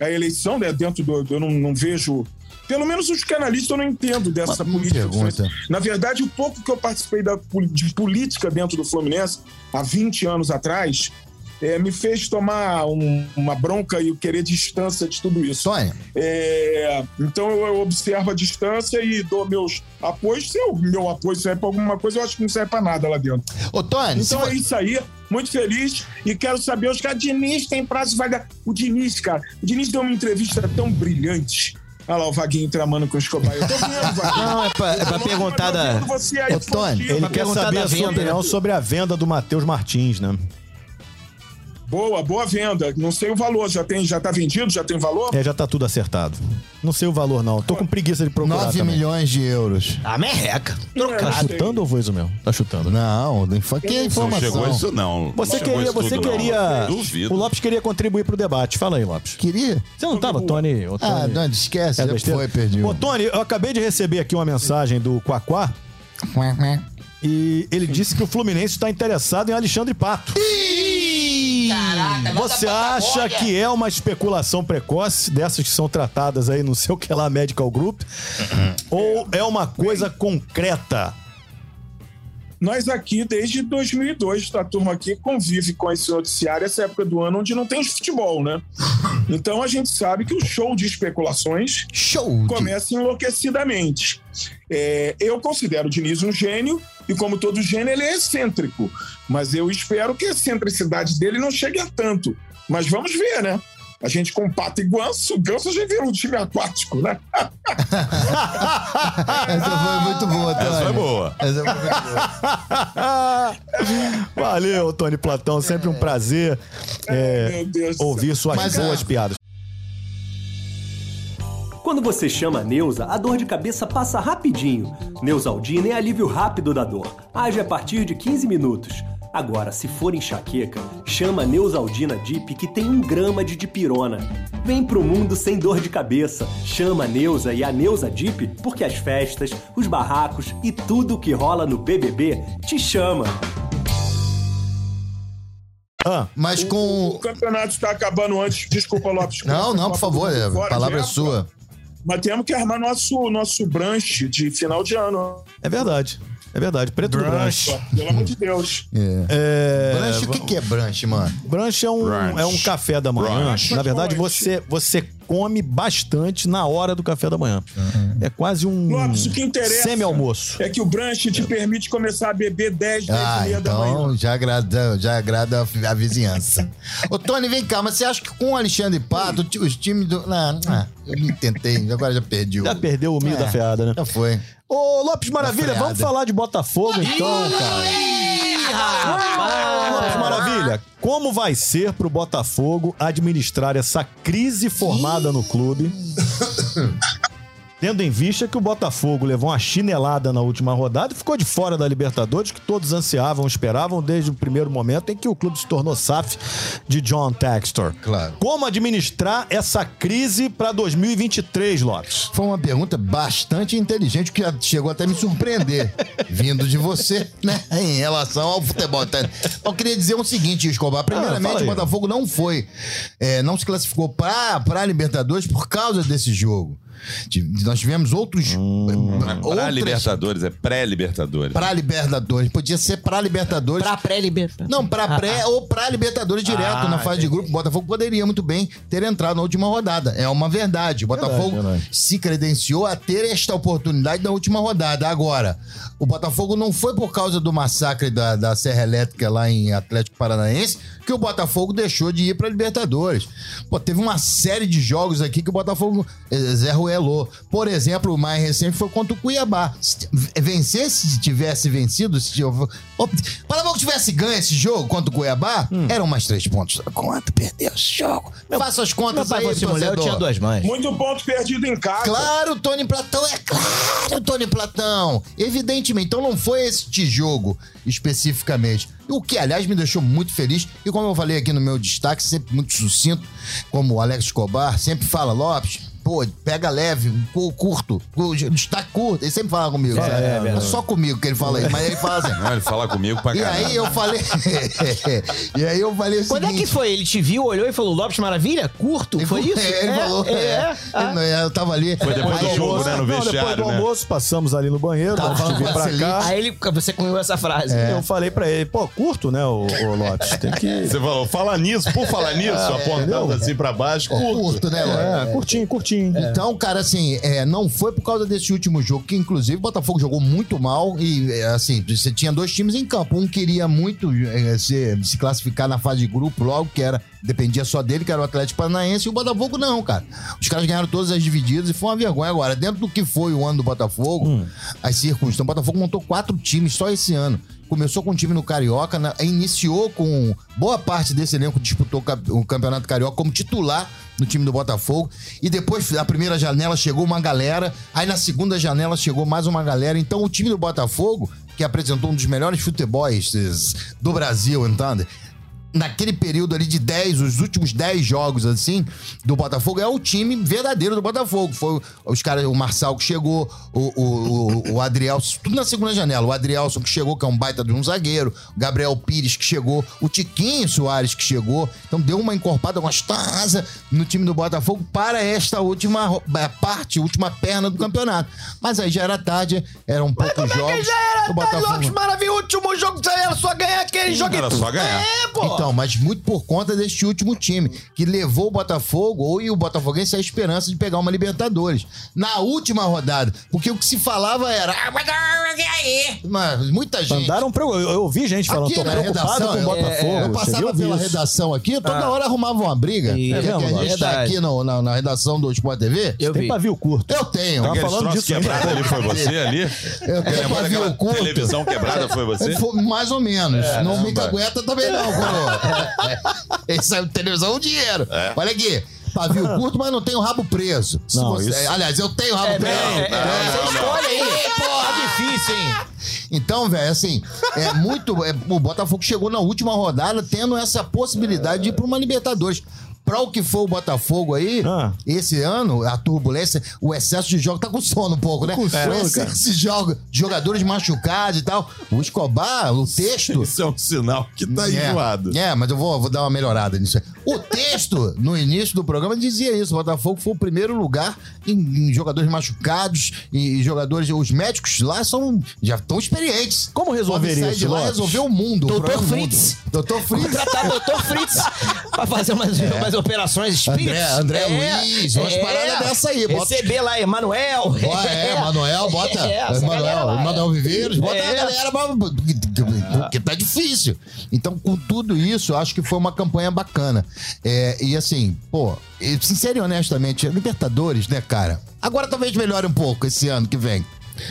Speaker 6: a eleição, né? Dentro do. Eu não, não vejo. Pelo menos os canalistas eu não entendo dessa
Speaker 3: Uma
Speaker 6: política. é né?
Speaker 3: pergunta.
Speaker 6: Na verdade, o pouco que eu participei da, pol- de política dentro do Fluminense, há 20 anos atrás, eh, me fez tomar um- uma bronca e querer distância de tudo isso.
Speaker 3: Sonha.
Speaker 6: É, então eu, eu observo a distância e dou meus apoios. Se o meu apoio serve pra alguma coisa, eu acho que não serve pra nada lá dentro.
Speaker 3: Ô, Tony, se
Speaker 6: Então é isso aí, muito feliz e quero saber os caras. Diniz tem prazo vai dar. O Diniz, cara, o Diniz deu uma entrevista tão brilhante. Olha lá o Vaguinho tramando com o Escobar. Eu tô vendo, Vaguinho. Tá
Speaker 5: Não, é pra, é pra perguntar da.
Speaker 6: Eu tô vendo Você aí,
Speaker 3: Ô, Tony,
Speaker 6: Fontinho.
Speaker 2: Ele
Speaker 5: Pra
Speaker 2: quer
Speaker 4: tá
Speaker 5: perguntar
Speaker 2: saber
Speaker 5: da
Speaker 2: a sua
Speaker 5: venda.
Speaker 2: opinião sobre a venda do Matheus Martins, né?
Speaker 6: Boa, boa venda. Não sei o valor, já tem, já tá vendido, já tem valor?
Speaker 2: É, já tá tudo acertado. Não sei o valor, não. Tô com preguiça de procurar
Speaker 3: 9
Speaker 2: também.
Speaker 3: milhões de euros.
Speaker 5: A Ah, merreca.
Speaker 2: Tá
Speaker 6: Não sei.
Speaker 2: chutando ou foi isso mesmo? Tá chutando, né?
Speaker 3: Não, não foi- que
Speaker 4: Não
Speaker 3: informação.
Speaker 4: chegou isso, não.
Speaker 2: Você
Speaker 4: Não chegou
Speaker 2: queria,
Speaker 4: isso
Speaker 2: você
Speaker 4: tudo, não.
Speaker 2: queria.
Speaker 4: Duvido.
Speaker 2: O Lopes queria contribuir pro debate. Fala aí, Lopes.
Speaker 3: Queria?
Speaker 2: Você não tava, Tony? O Tony...
Speaker 3: Ah, não, esquece.
Speaker 2: É
Speaker 3: já
Speaker 2: besteira?
Speaker 3: foi, perdi. um.
Speaker 2: Ô, Tony, eu acabei de receber aqui uma mensagem do Quaquá e ele disse que o Fluminense está interessado em Alexandre Pato.
Speaker 7: Caraca, nossa
Speaker 2: Você acha
Speaker 7: Patagônia.
Speaker 2: que é uma especulação precoce dessas que são tratadas aí no seu que lá Medical Group? Ou é uma coisa concreta?
Speaker 6: Nós aqui, desde 2002, a tá, turma aqui convive com esse noticiário, essa época do ano onde não tem futebol, né? Então a gente sabe que o show de especulações
Speaker 3: Show! De...
Speaker 6: começa enlouquecidamente. É, eu considero o Diniz um gênio, e como todo gênio, ele é excêntrico. Mas eu espero que a excentricidade dele não chegue a tanto. Mas vamos ver, né? A gente com Pato e Ganso, Ganso já virou um time aquático, né?
Speaker 3: Ah, Essa foi muito boa, Tony.
Speaker 4: Essa foi boa.
Speaker 3: Essa foi muito boa.
Speaker 2: Valeu, Tony Platão. Sempre um prazer é,
Speaker 6: [LAUGHS] Meu Deus do
Speaker 2: ouvir suas
Speaker 3: Mas,
Speaker 2: boas
Speaker 3: ah,
Speaker 2: piadas.
Speaker 8: Quando você chama a Neuza, a dor de cabeça passa rapidinho. Neusaldina é alívio rápido da dor. Age a partir de 15 minutos. Agora, se for enxaqueca, chama a Neusaldina Dip que tem um grama de dipirona. Vem pro mundo sem dor de cabeça. Chama a Neuza e a Neuza Dip porque as festas, os barracos e tudo que rola no BBB te chama.
Speaker 2: Ah,
Speaker 3: Mas
Speaker 6: O
Speaker 3: com.
Speaker 6: [LAUGHS] campeonato está acabando antes. Desculpa, Lopes.
Speaker 3: Não, não, por favor, a
Speaker 6: Fora
Speaker 3: palavra é
Speaker 6: de época.
Speaker 3: sua.
Speaker 6: Mas temos que armar nosso, nosso brunch de final de ano.
Speaker 2: é verdade. É verdade. Preto do Branche.
Speaker 6: Pelo amor de Deus.
Speaker 3: É.
Speaker 2: É,
Speaker 3: Branche, o que, que é branche, mano?
Speaker 2: Brunch é um,
Speaker 4: Brunch.
Speaker 2: é um café da manhã.
Speaker 4: Brunch.
Speaker 2: Na verdade,
Speaker 6: Brunch.
Speaker 2: você, você come bastante na hora do café da manhã. É quase um
Speaker 6: Lopes, o que interessa-
Speaker 2: semi-almoço.
Speaker 6: É que o brunch te permite começar a beber 10, 10
Speaker 3: Ah,
Speaker 6: e meia da manhã.
Speaker 3: então já agrada, já agrada a, a vizinhança. Ô, Tony, vem cá, mas você acha que com o Alexandre Pato, ti- os times do. Não, não, eu me tentei, agora já perdi o.
Speaker 2: Já perdeu o milho
Speaker 3: É,
Speaker 2: da feada, né?
Speaker 3: Já foi.
Speaker 2: Ô, Lopes Maravilha,
Speaker 3: Da freada.
Speaker 2: vamos falar de Botafogo então, cara. Lopes Maravilha, como vai ser pro Botafogo administrar essa crise formada no clube? Tendo em vista que o Botafogo levou uma chinelada na última rodada e ficou de fora da Libertadores, que todos ansiavam, esperavam desde o primeiro momento em que o clube se tornou SAF de John Textor.
Speaker 3: Claro.
Speaker 2: Como administrar essa crise para 2023, Lopes?
Speaker 3: Foi uma pergunta bastante inteligente que chegou até a me surpreender, vindo de você, né, em relação ao futebol. Tá? Eu queria dizer o seguinte, Escobar.
Speaker 2: fala
Speaker 3: Primeiramente,
Speaker 2: aí.
Speaker 3: o Botafogo não foi, é, não se classificou para a Libertadores por causa desse jogo. Tive- Nós tivemos outros.
Speaker 4: Pra
Speaker 3: outras
Speaker 4: Libertadores, é pré-Libertadores.
Speaker 3: para Libertadores. Podia ser para Libertadores.
Speaker 5: Pra pré-libertadores.
Speaker 3: Não, pra pré ou pra Libertadores direto
Speaker 5: Ah,
Speaker 3: na fase de grupo. O Botafogo poderia muito bem ter entrado na última rodada. É uma verdade. O Botafogo se credenciou a ter esta oportunidade na última rodada. Agora, o Botafogo não foi por causa do massacre da, da Serra Elétrica lá em Atlético Paranaense que o Botafogo deixou de ir pra Libertadores. Pô, teve uma série de jogos aqui que o Botafogo eh, Zé Ruelô. Por exemplo, o mais recente foi contra o Cuiabá. Se t- Vencer se tivesse vencido, se tivesse... Para que tivesse ganho esse jogo contra o Cuiabá, eram mais três pontos. Quanto perdeu esse jogo? Faça as
Speaker 5: Hum. Meu
Speaker 3: contas
Speaker 5: pai
Speaker 3: aí,
Speaker 5: fosse mulher, eu
Speaker 3: torcedor.
Speaker 5: tinha duas mães.
Speaker 6: Muito ponto perdido em casa.
Speaker 3: Claro, Tony Platão, é claro, Tony Platão. Evidentemente, então não foi este jogo especificamente. O que, aliás, me deixou muito feliz. E como eu falei aqui no meu destaque, sempre muito sucinto, como o Alex Escobar sempre fala, Lopes, pô, pega leve, um cu- curto, cu- destaque curto. Ele sempre fala comigo.
Speaker 5: É,
Speaker 3: sabe?
Speaker 5: é verdade.
Speaker 3: só comigo que ele fala aí, mas ele fala
Speaker 4: [LAUGHS]
Speaker 3: assim.
Speaker 4: Não, ele fala comigo pra
Speaker 3: E
Speaker 4: caralho.
Speaker 3: aí eu falei. [LAUGHS] e aí eu falei o
Speaker 5: Quando é
Speaker 3: seguinte,
Speaker 5: que foi? Ele te viu, olhou e falou, Lopes Maravilha?
Speaker 3: [LAUGHS]
Speaker 5: Curto?
Speaker 3: ele-
Speaker 5: Foi isso?
Speaker 3: Ele
Speaker 5: É,
Speaker 3: falou.
Speaker 5: É,
Speaker 3: é.
Speaker 5: é. Ah.
Speaker 3: Ele- Eu tava ali.
Speaker 4: Foi depois
Speaker 3: Aí
Speaker 4: do
Speaker 3: eu-
Speaker 4: jogo, né? No
Speaker 2: Não, depois do
Speaker 4: vestiário, né?
Speaker 2: almoço, passamos ali no banheiro,
Speaker 3: Tava
Speaker 2: Lopes,
Speaker 3: falando
Speaker 2: vim
Speaker 3: com
Speaker 2: pra
Speaker 3: a
Speaker 2: cá.
Speaker 5: Aí ele, você cunhou essa frase.
Speaker 3: É.
Speaker 4: É.
Speaker 2: Eu falei pra ele, pô, curto, né, o, o Lopes? Tem que.
Speaker 4: [LAUGHS] Você falou, fala nisso, por falar nisso, apontando assim pra baixo, curto.
Speaker 3: Curto, né, Lopes?
Speaker 2: É, curtinho, curtinho.
Speaker 3: Então, cara, assim, é, não foi por causa desse último jogo, que inclusive o Botafogo jogou muito mal e, é, assim, você tinha dois times em campo. Um queria muito é, se, se classificar na fase de grupo logo, que era, dependia só dele, que era o Atlético Paranaense, e o Botafogo não, cara. Os caras ganharam todas as divididas e foi uma vergonha. Agora, dentro do que foi o ano do Botafogo, as circunstâncias, o Botafogo montou quatro times só esse ano. Começou com um time no Carioca, na- iniciou com boa parte desse elenco disputou o cap- o Campeonato Carioca como titular no time do Botafogo. E depois, na primeira janela, chegou uma galera. Aí na segunda janela chegou mais uma galera. Então o time do Botafogo, que apresentou um dos melhores futebols eh, do Brasil, entende? Naquele período ali de 10, os últimos 10 jogos, assim, do Botafogo, é o time verdadeiro do Botafogo. Foi os caras, o Marçal que chegou, o, o, o, o Adrielson, tudo na segunda janela. O Adrielson que chegou, que é um baita de um zagueiro, o Gabriel Pires que chegou, o Tiquinho Soares que chegou. Então deu uma encorpada gostosa no time do Botafogo para esta última ro- eh, parte, última perna do campeonato. Mas aí já era tarde, eram poucos jogos. o
Speaker 5: Lopes
Speaker 3: Botafogo...
Speaker 5: Maravilha, o último jogo que era só ganhar aquele jogo.
Speaker 4: Era só ganhar.
Speaker 5: É,
Speaker 3: Então,
Speaker 5: pô.
Speaker 3: mas muito por conta deste último time, que levou o Botafogo ou e o Botafoguense à esperança de pegar uma Libertadores. Na última rodada, porque o que se falava era. "Ah, mas não, e aí?" Mas muita gente.
Speaker 2: Mandaram pra eu, eu ouvi gente falando,
Speaker 3: Aqui
Speaker 2: tô
Speaker 3: na
Speaker 2: preocupado
Speaker 3: redação,
Speaker 2: com o
Speaker 3: eu-
Speaker 2: Botafogo.
Speaker 3: eu
Speaker 2: cheguei a
Speaker 3: passava
Speaker 2: ouvir
Speaker 3: pela
Speaker 2: isso. Ah.
Speaker 3: redação aqui, toda hora arrumavam uma briga.
Speaker 5: Ih,
Speaker 3: É
Speaker 2: é
Speaker 3: que
Speaker 2: mesmo,
Speaker 3: a gente tá
Speaker 5: verdade.
Speaker 3: aqui no- na, na redação do Sport TV.
Speaker 5: Eu
Speaker 2: Tem
Speaker 5: vi.
Speaker 2: pavio curto.
Speaker 3: Eu tenho.
Speaker 2: Tava
Speaker 4: Aquele
Speaker 2: falando
Speaker 4: troço
Speaker 2: disso
Speaker 4: quebrado
Speaker 2: ainda.
Speaker 4: ali foi você ali?
Speaker 3: Eu
Speaker 4: Lembra
Speaker 3: tenho
Speaker 4: daquela
Speaker 3: pavio curto.
Speaker 4: televisão quebrada foi você?
Speaker 3: É, Foi mais ou menos. não me
Speaker 4: caramba.
Speaker 3: cagueta também não, coroa. Ele saiu de televisão o dinheiro. Olha aqui. Pavio curto, mas não tem o rabo preso. Se
Speaker 2: Não,
Speaker 3: você-
Speaker 2: isso-
Speaker 3: Aliás, eu tenho o rabo preso.
Speaker 5: é,
Speaker 3: É.
Speaker 5: Olha aí, porra, difícil, hein?
Speaker 3: Então, velho, assim, é muito. é, o Botafogo chegou na última rodada tendo essa possibilidade de ir para uma Libertadores. Pra o que for o Botafogo aí,
Speaker 2: Ah.
Speaker 3: esse ano, a turbulência, o excesso de jogos. Tá com sono um pouco, né?
Speaker 2: com sono,
Speaker 3: o
Speaker 2: cara.
Speaker 3: excesso de jogos, jogadores machucados e tal. O Escobar, o texto.
Speaker 4: Isso é um sinal que
Speaker 3: é,
Speaker 4: tá enjoado.
Speaker 3: É, mas eu vou, vou dar uma melhorada nisso. aí. O texto, no início do programa, dizia isso. O Botafogo foi o primeiro lugar em, em jogadores machucados e, e jogadores... Os médicos lá são já estão experientes.
Speaker 2: Como resolver
Speaker 3: Podem sair
Speaker 2: isso,
Speaker 3: de lá e
Speaker 2: Lopes?
Speaker 3: resolver o mundo. o
Speaker 5: Doutor
Speaker 3: problema do mundo.
Speaker 5: Fritz.
Speaker 3: Doutor Fritz.
Speaker 5: Contratar o Dr. Tá, Fritz pra fazer umas, umas operações espíritas.
Speaker 3: É. André- André Luiz, umas paradas dessa aí, bota-
Speaker 5: É. Receber lá, Emanuel.
Speaker 3: Ó,
Speaker 5: [LAUGHS]
Speaker 3: é, Manuel, bota.
Speaker 5: É, essa galera
Speaker 3: Manuel,
Speaker 5: lá, é.
Speaker 3: Manuel Viveiros, bota
Speaker 5: É.
Speaker 3: a galera, porque tá difícil. Então, com tudo isso, eu acho que foi uma campanha bacana. É, e assim, pô, e sincero e honestamente, Libertadores, né, cara? Agora talvez melhore um pouco esse ano que vem.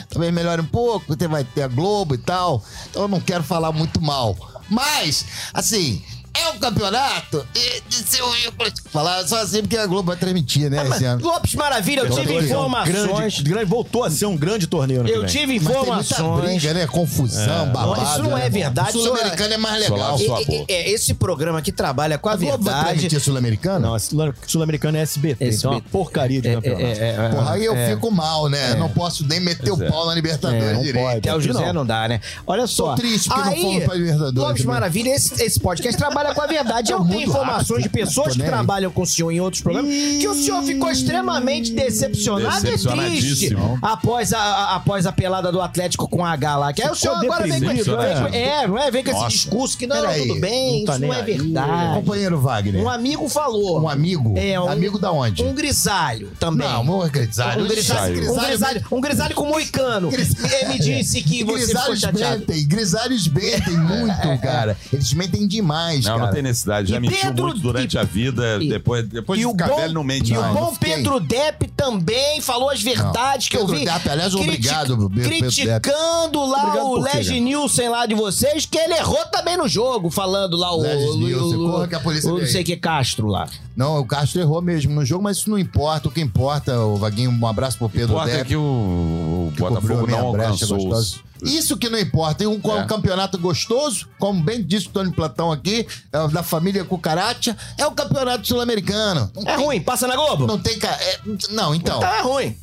Speaker 3: Talvez melhore um pouco, tem- vai ter a Globo e tal. Então eu não quero falar muito mal. Mas, assim, é um campeonato e de seu ícone. Falar só assim porque a Globo vai transmitir,
Speaker 5: Ah,
Speaker 3: né, esse ano.
Speaker 5: é. Lopes Maravilha, eu tive
Speaker 3: Jogadores são
Speaker 5: informações.
Speaker 2: Grande, grande, voltou a ser um grande torneio. ano que
Speaker 5: Eu
Speaker 2: vem.
Speaker 5: tive
Speaker 3: Mas tem muita
Speaker 5: informações.
Speaker 3: briga, né? Confusão, babado.
Speaker 5: Isso não é
Speaker 3: né?
Speaker 5: verdade, isso
Speaker 3: Sul-Americano é mais legal.
Speaker 4: Solar,
Speaker 5: E- e- é, esse programa que trabalha com a,
Speaker 3: A Globo vai
Speaker 5: verdade.
Speaker 3: transmitir Sul-Americano?
Speaker 2: Não, a Sul- Sul-Americana é SBT, então é uma
Speaker 5: SBT.
Speaker 2: porcaria de
Speaker 5: É,
Speaker 2: campeonato.
Speaker 5: é, é, é.
Speaker 3: Porra, aí eu fico mal, né? Não posso nem meter o pau na Libertadores
Speaker 2: É, não
Speaker 3: direito.
Speaker 2: pode.
Speaker 5: Até o José não. dá, né? Olha só.
Speaker 3: triste que não fomos pra Libertadores
Speaker 5: Lopes
Speaker 3: também.
Speaker 5: Maravilha, esse, esse podcast trabalha com a verdade. Eu
Speaker 3: muito
Speaker 5: tenho informações de pessoas que
Speaker 3: Tô nem aí.
Speaker 5: trabalham com o senhor em outros programas que o senhor ficou extremamente decepcionado e triste
Speaker 4: Decepcionadíssimo.
Speaker 5: após a, a- após a pelada do Atlético com a H lá. Que aí o senhor agora vem com,
Speaker 2: deprimido,
Speaker 5: vem com-
Speaker 2: né?
Speaker 5: é, não é? Vem com
Speaker 4: Nossa.
Speaker 5: esse discurso que não,
Speaker 3: Peraí,
Speaker 5: tudo bem,
Speaker 2: não tá
Speaker 5: isso não
Speaker 2: nem
Speaker 5: é
Speaker 2: aí.
Speaker 5: verdade.
Speaker 3: Companheiro Wagner,
Speaker 5: Um
Speaker 3: um,
Speaker 5: amigo falou.
Speaker 3: amigo?
Speaker 5: É, um-
Speaker 3: Tipo, amigo da onde?
Speaker 5: Um grisalho também.
Speaker 3: Não, amor, grisalho.
Speaker 5: Um grisalho,
Speaker 3: Grisalho.
Speaker 5: um grisalho, um grisalho com moicano.
Speaker 3: Grisalho.
Speaker 5: Me disse que você ficou
Speaker 3: Grisalhos
Speaker 5: chateado.
Speaker 3: mentem, grisalhos mentem
Speaker 5: [LAUGHS]
Speaker 3: muito, cara. Eles mentem demais,
Speaker 4: Não,
Speaker 3: cara.
Speaker 4: não tem necessidade. Já
Speaker 5: E
Speaker 4: mentiu
Speaker 5: Pedro-
Speaker 4: muito durante
Speaker 5: e-
Speaker 4: a vida.
Speaker 5: e-
Speaker 4: depois depois de ficar velho, não mente
Speaker 5: e o
Speaker 4: mais.
Speaker 5: bom
Speaker 3: não fiquei.
Speaker 5: Pedro Depp também falou as verdades que
Speaker 3: Pedro
Speaker 5: eu vi.
Speaker 3: Depp, aliás,
Speaker 5: Criti-
Speaker 3: obrigado, Pedro Depp.
Speaker 5: Criticando lá
Speaker 2: Obrigado
Speaker 5: o
Speaker 2: por quê,
Speaker 5: Leg
Speaker 2: cara?
Speaker 5: Nielsen lá de vocês, que ele errou também no jogo, falando lá o.
Speaker 3: Leg
Speaker 5: o-
Speaker 3: Nielsen,
Speaker 5: o-
Speaker 3: corra que a polícia
Speaker 5: o
Speaker 3: vem
Speaker 5: não
Speaker 3: aí.
Speaker 5: sei que Castro lá.
Speaker 3: Não, o Castro errou mesmo no jogo, mas isso não importa. O que importa, o Vaguinho, um abraço pro Pedro
Speaker 4: importa é
Speaker 3: Depp.
Speaker 4: que o, o Botafogo
Speaker 3: Ficou né?
Speaker 4: não
Speaker 3: meia brecha,
Speaker 4: alcançou.
Speaker 3: gostosa.
Speaker 4: os-
Speaker 3: Isso que não importa. E um, co-
Speaker 4: É.
Speaker 3: campeonato gostoso, como bem disse o Tony Platão aqui, é o da família Cucaracha, é o campeonato sul-americano. Não
Speaker 5: É
Speaker 3: tem-
Speaker 5: ruim, passa na Globo?
Speaker 3: Não tem. ca- é- não, então.
Speaker 5: Então é ruim.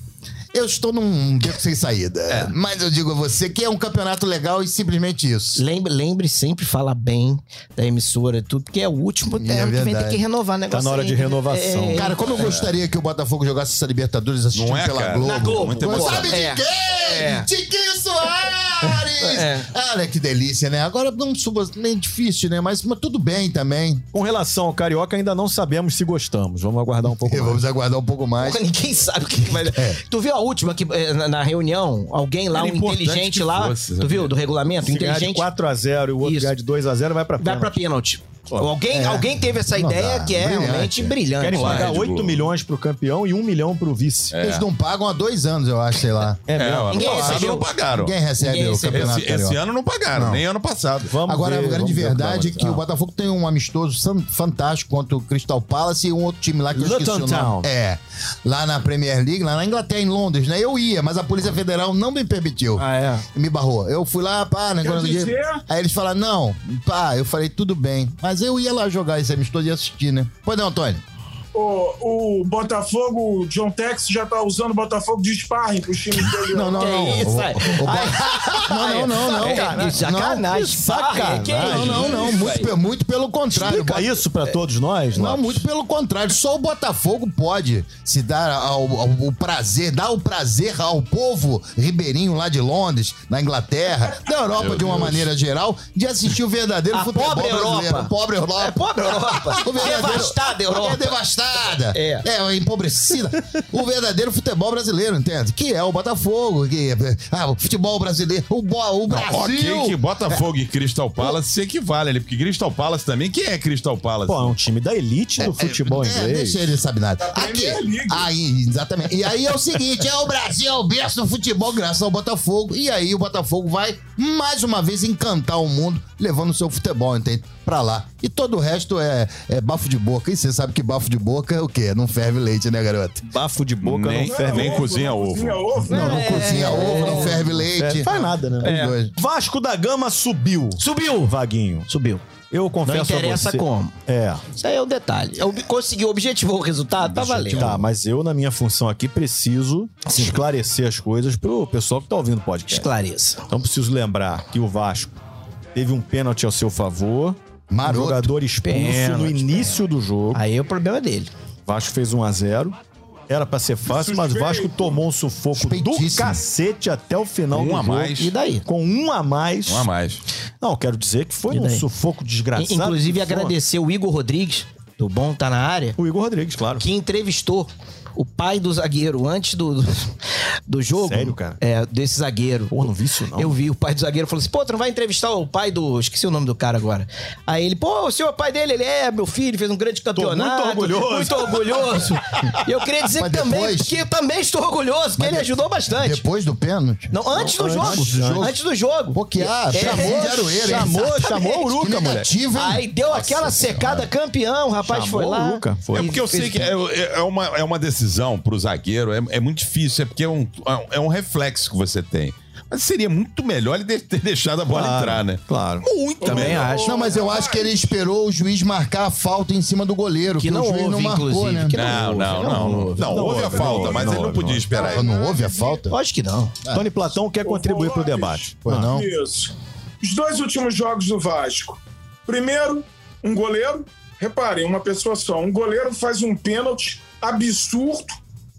Speaker 3: Eu estou num beco sem saída.
Speaker 4: É.
Speaker 3: Mas eu digo a você que é um campeonato legal e simplesmente isso.
Speaker 5: Lembre, lembre sempre, falar bem da emissora e tudo, porque é o último ano que vem
Speaker 3: verdade.
Speaker 5: tem que renovar o
Speaker 2: Tá
Speaker 5: negócio.
Speaker 2: na hora de
Speaker 5: aí. É,
Speaker 2: renovação.
Speaker 3: Cara, como eu gostaria que o Botafogo jogasse essa Libertadores assistindo
Speaker 4: É. Não é,
Speaker 3: pela
Speaker 4: cara?
Speaker 3: Globo.
Speaker 5: Na Globo.
Speaker 4: Muito emocionante.
Speaker 3: Sabe
Speaker 5: É.
Speaker 3: de quem?
Speaker 5: É.
Speaker 3: Tiquinho Soares!
Speaker 5: É.
Speaker 3: Olha que delícia, né? Agora não suba, nem difícil, né? Mas, mas tudo bem também.
Speaker 2: Com relação ao Carioca, ainda não sabemos se gostamos. Vamos aguardar um pouco mais.
Speaker 3: Vamos aguardar um pouco mais.
Speaker 5: Mas ninguém sabe o que vai.
Speaker 3: É.
Speaker 5: Tu viu a última que, eh, na, na reunião? Alguém lá,
Speaker 4: Era
Speaker 5: um
Speaker 4: importante
Speaker 5: inteligente
Speaker 4: que
Speaker 5: lá.
Speaker 4: fosse,
Speaker 5: tu
Speaker 4: né?
Speaker 5: viu do regulamento?
Speaker 2: Se ganhar de
Speaker 5: inteligente.
Speaker 2: 4x0 e o outro
Speaker 5: Isso.
Speaker 2: ganhar de 2x0, vai pra
Speaker 5: Vai pra
Speaker 2: pênalti.
Speaker 5: pênalti. Alguém, alguém teve essa
Speaker 3: É. Não
Speaker 5: ideia
Speaker 3: dá.
Speaker 5: que é
Speaker 3: Brilhante,
Speaker 5: realmente
Speaker 3: é.
Speaker 5: brilhante.
Speaker 2: Querem
Speaker 4: Vai,
Speaker 2: pagar
Speaker 4: Rede
Speaker 2: 8
Speaker 4: Globo.
Speaker 2: milhões pro campeão e 1 milhão pro vice.
Speaker 5: É.
Speaker 3: Eles não pagam há dois anos, eu acho, sei lá.
Speaker 4: É,
Speaker 2: mesmo?
Speaker 4: ó,
Speaker 5: Ninguém
Speaker 4: ano passado
Speaker 5: recebeu.
Speaker 4: não pagaram.
Speaker 3: Ninguém recebe
Speaker 5: Ninguém
Speaker 3: o
Speaker 5: recebe.
Speaker 3: campeonato.
Speaker 4: Esse, esse
Speaker 3: Carioca.
Speaker 4: ano não pagaram,
Speaker 3: Não.
Speaker 4: nem ano passado.
Speaker 2: Vamos
Speaker 3: Agora,
Speaker 2: ver,
Speaker 3: a grande
Speaker 2: vamos ver o que tá.
Speaker 3: verdade é
Speaker 2: vai
Speaker 3: que
Speaker 2: acontecer.
Speaker 3: o Botafogo tem um amistoso san- fantástico contra o Crystal Palace e um outro time lá que eu esqueci o
Speaker 2: Luton
Speaker 3: nome.
Speaker 2: Town.
Speaker 3: É. Lá na Premier League, lá na Inglaterra, em Londres, né? Eu ia, mas a Polícia Federal não me permitiu.
Speaker 2: Ah, é?
Speaker 3: Me barrou. Eu fui lá, pá, né? quando-
Speaker 6: dizer-
Speaker 3: Aí eles falaram, não, pá, eu falei, tudo bem. Mas eu ia lá jogar esse amistoso e assistir, né? Pois não, Antônio.
Speaker 6: O, o Botafogo, o John Tex já tá usando o Botafogo de sparring pro time
Speaker 3: [LAUGHS]
Speaker 6: dele. né?
Speaker 3: Não, não,
Speaker 5: Que
Speaker 3: não.
Speaker 5: isso,
Speaker 3: O-
Speaker 5: aí?
Speaker 3: o- o-
Speaker 5: Ai,
Speaker 3: [LAUGHS] Não, não, não, não.
Speaker 5: sacanagem, Sacanagem. sacanagem. Que
Speaker 3: Não, não, não.
Speaker 5: isso,
Speaker 3: Muito,
Speaker 5: velho?
Speaker 3: pe- muito pelo contrário.
Speaker 2: Explica isso
Speaker 5: É.
Speaker 2: pra todos nós,
Speaker 3: Não,
Speaker 2: Lopes.
Speaker 3: muito pelo contrário. Só o Botafogo pode se dar ao, ao- o prazer, dar o prazer ao povo ribeirinho lá de Londres, na Inglaterra, da Europa de uma maneira geral, de assistir o verdadeiro
Speaker 5: A
Speaker 3: futebol
Speaker 5: pobre
Speaker 3: brasileiro.
Speaker 5: Europa.
Speaker 3: A Pobre Europa.
Speaker 5: É pobre Europa.
Speaker 3: [LAUGHS] O verdadeiro-
Speaker 5: Devastada Europa.
Speaker 3: É devastada.
Speaker 5: É.
Speaker 3: é empobrecida. o verdadeiro futebol brasileiro, entende? Que é o Botafogo, que ah, o futebol brasileiro, o,
Speaker 5: Ah,
Speaker 3: bo- o Brasil.
Speaker 4: Ok, que Botafogo e Crystal Palace se equivale ali, porque Crystal Palace também, quem é Crystal Palace?
Speaker 2: Pô, é um time da elite do futebol
Speaker 3: É,
Speaker 2: inglês.
Speaker 3: deixa ele sabe nada. Aqui,
Speaker 6: Premier League.
Speaker 3: aí, exatamente. E aí é o seguinte, é o Brasil é o berço do futebol graças ao Botafogo. E aí o Botafogo vai mais uma vez encantar o mundo levando o seu futebol, entende? Pra lá. E todo o resto é, é bafo de boca. E você sabe que bafo de boca é o quê? Não ferve leite, né, garoto?
Speaker 2: Bafo de boca
Speaker 4: Nem-
Speaker 2: não ferve.
Speaker 4: nem cozinha ovo.
Speaker 6: é Cozinha ovo. né?
Speaker 3: Não,
Speaker 5: É.
Speaker 3: não cozinha ovo, não ferve leite.
Speaker 2: É, faz nada, né?
Speaker 3: Os dois.
Speaker 2: Vasco da Gama subiu.
Speaker 5: Subiu.
Speaker 2: Vaguinho.
Speaker 5: Subiu.
Speaker 2: Eu confesso
Speaker 5: Não interessa
Speaker 2: a você.
Speaker 5: como.
Speaker 2: É.
Speaker 5: Isso aí é o detalhe. Eu consegui, objetivou o resultado, tá valendo.
Speaker 2: Tá, mas eu, na minha função aqui, preciso esclarecer as coisas pro pessoal que tá ouvindo o podcast.
Speaker 5: Esclareça.
Speaker 2: Então preciso lembrar que o Vasco teve um pênalti ao seu favor.
Speaker 3: Maroto.
Speaker 2: Um jogador expulso no
Speaker 5: Pênalti,
Speaker 2: início do jogo.
Speaker 5: Aí o problema é dele.
Speaker 2: O Vasco fez 1 a 0 Era pra ser fácil, mas o Vasco tomou um sufoco do
Speaker 3: Suspeitíssimo.
Speaker 2: cacete até o final
Speaker 4: Um
Speaker 2: do
Speaker 4: a
Speaker 2: jogo.
Speaker 4: mais.
Speaker 5: E daí?
Speaker 2: Com um a mais.
Speaker 4: Um a mais.
Speaker 2: Não, quero dizer que foi
Speaker 5: E
Speaker 2: um
Speaker 5: daí?
Speaker 2: sufoco desgraçado.
Speaker 5: Inclusive,
Speaker 2: que foi.
Speaker 5: agradecer o Igor Rodrigues, do Bom Tá Na Área,
Speaker 2: O Igor Rodrigues, claro.
Speaker 5: que entrevistou o pai do zagueiro, antes do, do, do jogo.
Speaker 2: Sério, cara?
Speaker 5: É, desse zagueiro.
Speaker 2: Pô, não vi isso, não.
Speaker 5: Eu vi, o pai do zagueiro falou assim: pô, tu não vai entrevistar o pai do. Esqueci o nome do cara agora. Aí ele, pô, o senhor é pai dele, ele é meu filho, fez um grande campeonato.
Speaker 2: orgulhoso."
Speaker 5: Muito orgulhoso. E eu queria dizer
Speaker 3: Mas
Speaker 5: que também,
Speaker 3: depois-
Speaker 5: que eu também estou orgulhoso, que ele
Speaker 3: de-
Speaker 5: ajudou bastante.
Speaker 3: Depois do pênalti?
Speaker 5: Não, né? antes do jogo.
Speaker 3: antes do jogo.
Speaker 5: Antes do jogo.
Speaker 3: Pô, que ah,
Speaker 5: É,
Speaker 3: chamou
Speaker 5: é,
Speaker 3: de Aroeira,
Speaker 2: chamou,
Speaker 3: exatamente.
Speaker 2: chamou o Uruca,
Speaker 3: Que negativo, hein?
Speaker 5: Aí deu aquela secada campeão, o rapaz
Speaker 2: Chamou
Speaker 5: foi lá.
Speaker 2: o Luca, foi.
Speaker 4: É porque eu sei que é, é- é uma, é uma decisão pro zagueiro, é, é muito difícil, é porque é um, é um reflexo que você tem. Mas seria muito melhor ele de- ter deixado a bola
Speaker 2: Claro,
Speaker 4: entrar, né?
Speaker 2: claro.
Speaker 4: Muito
Speaker 5: Também
Speaker 4: melhor.
Speaker 5: acho.
Speaker 3: Não, mas eu acho que ele esperou o juiz marcar a falta em cima do goleiro, que,
Speaker 5: Que não
Speaker 3: o juiz não
Speaker 5: houve,
Speaker 3: marcou,
Speaker 5: inclusive.
Speaker 3: né?
Speaker 5: Que
Speaker 4: Não, não,
Speaker 5: não
Speaker 4: não. Não,
Speaker 5: houve,
Speaker 4: não houve a falta,
Speaker 2: houve,
Speaker 4: mas
Speaker 2: não
Speaker 4: ele não
Speaker 2: houve,
Speaker 4: podia
Speaker 2: não.
Speaker 4: esperar
Speaker 3: Ah, Não,
Speaker 4: ele.
Speaker 3: houve a falta?
Speaker 5: Acho que não.
Speaker 2: Tony Platão quer
Speaker 6: Ô,
Speaker 2: contribuir pro
Speaker 6: Flores,
Speaker 2: debate.
Speaker 3: Foi não?
Speaker 6: Isso. Os dois últimos jogos do Vasco. Primeiro, um goleiro. Reparem, uma pessoa só. Um goleiro faz um pênalti absurdo,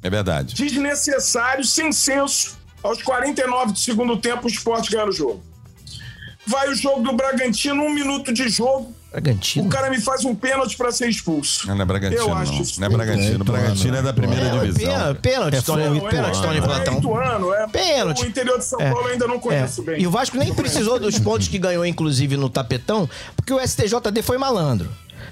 Speaker 4: É verdade.
Speaker 6: desnecessário, sem senso. Aos 49 do segundo tempo, o esporte ganha o jogo. Vai o jogo do Bragantino, um minuto de jogo. O
Speaker 5: Bragantino.
Speaker 6: cara me faz um pênalti para ser expulso.
Speaker 5: Ah,
Speaker 4: Não é Bragantino,
Speaker 6: Eu
Speaker 4: não.
Speaker 6: acho isso
Speaker 4: Não é Bragantino. Bragantino é da primeira divisão.
Speaker 5: Pênalti, pênalti,
Speaker 6: tá
Speaker 5: Tony, pênalti, Tony
Speaker 6: É
Speaker 5: Platão.
Speaker 6: Ituano, é.
Speaker 5: Pênalti.
Speaker 6: O interior de São
Speaker 5: É.
Speaker 6: Paulo eu ainda não
Speaker 5: É,
Speaker 6: conheço bem.
Speaker 5: E o Vasco nem precisou dos pontos que ganhou, inclusive, no tapetão, porque o STJD foi malandro.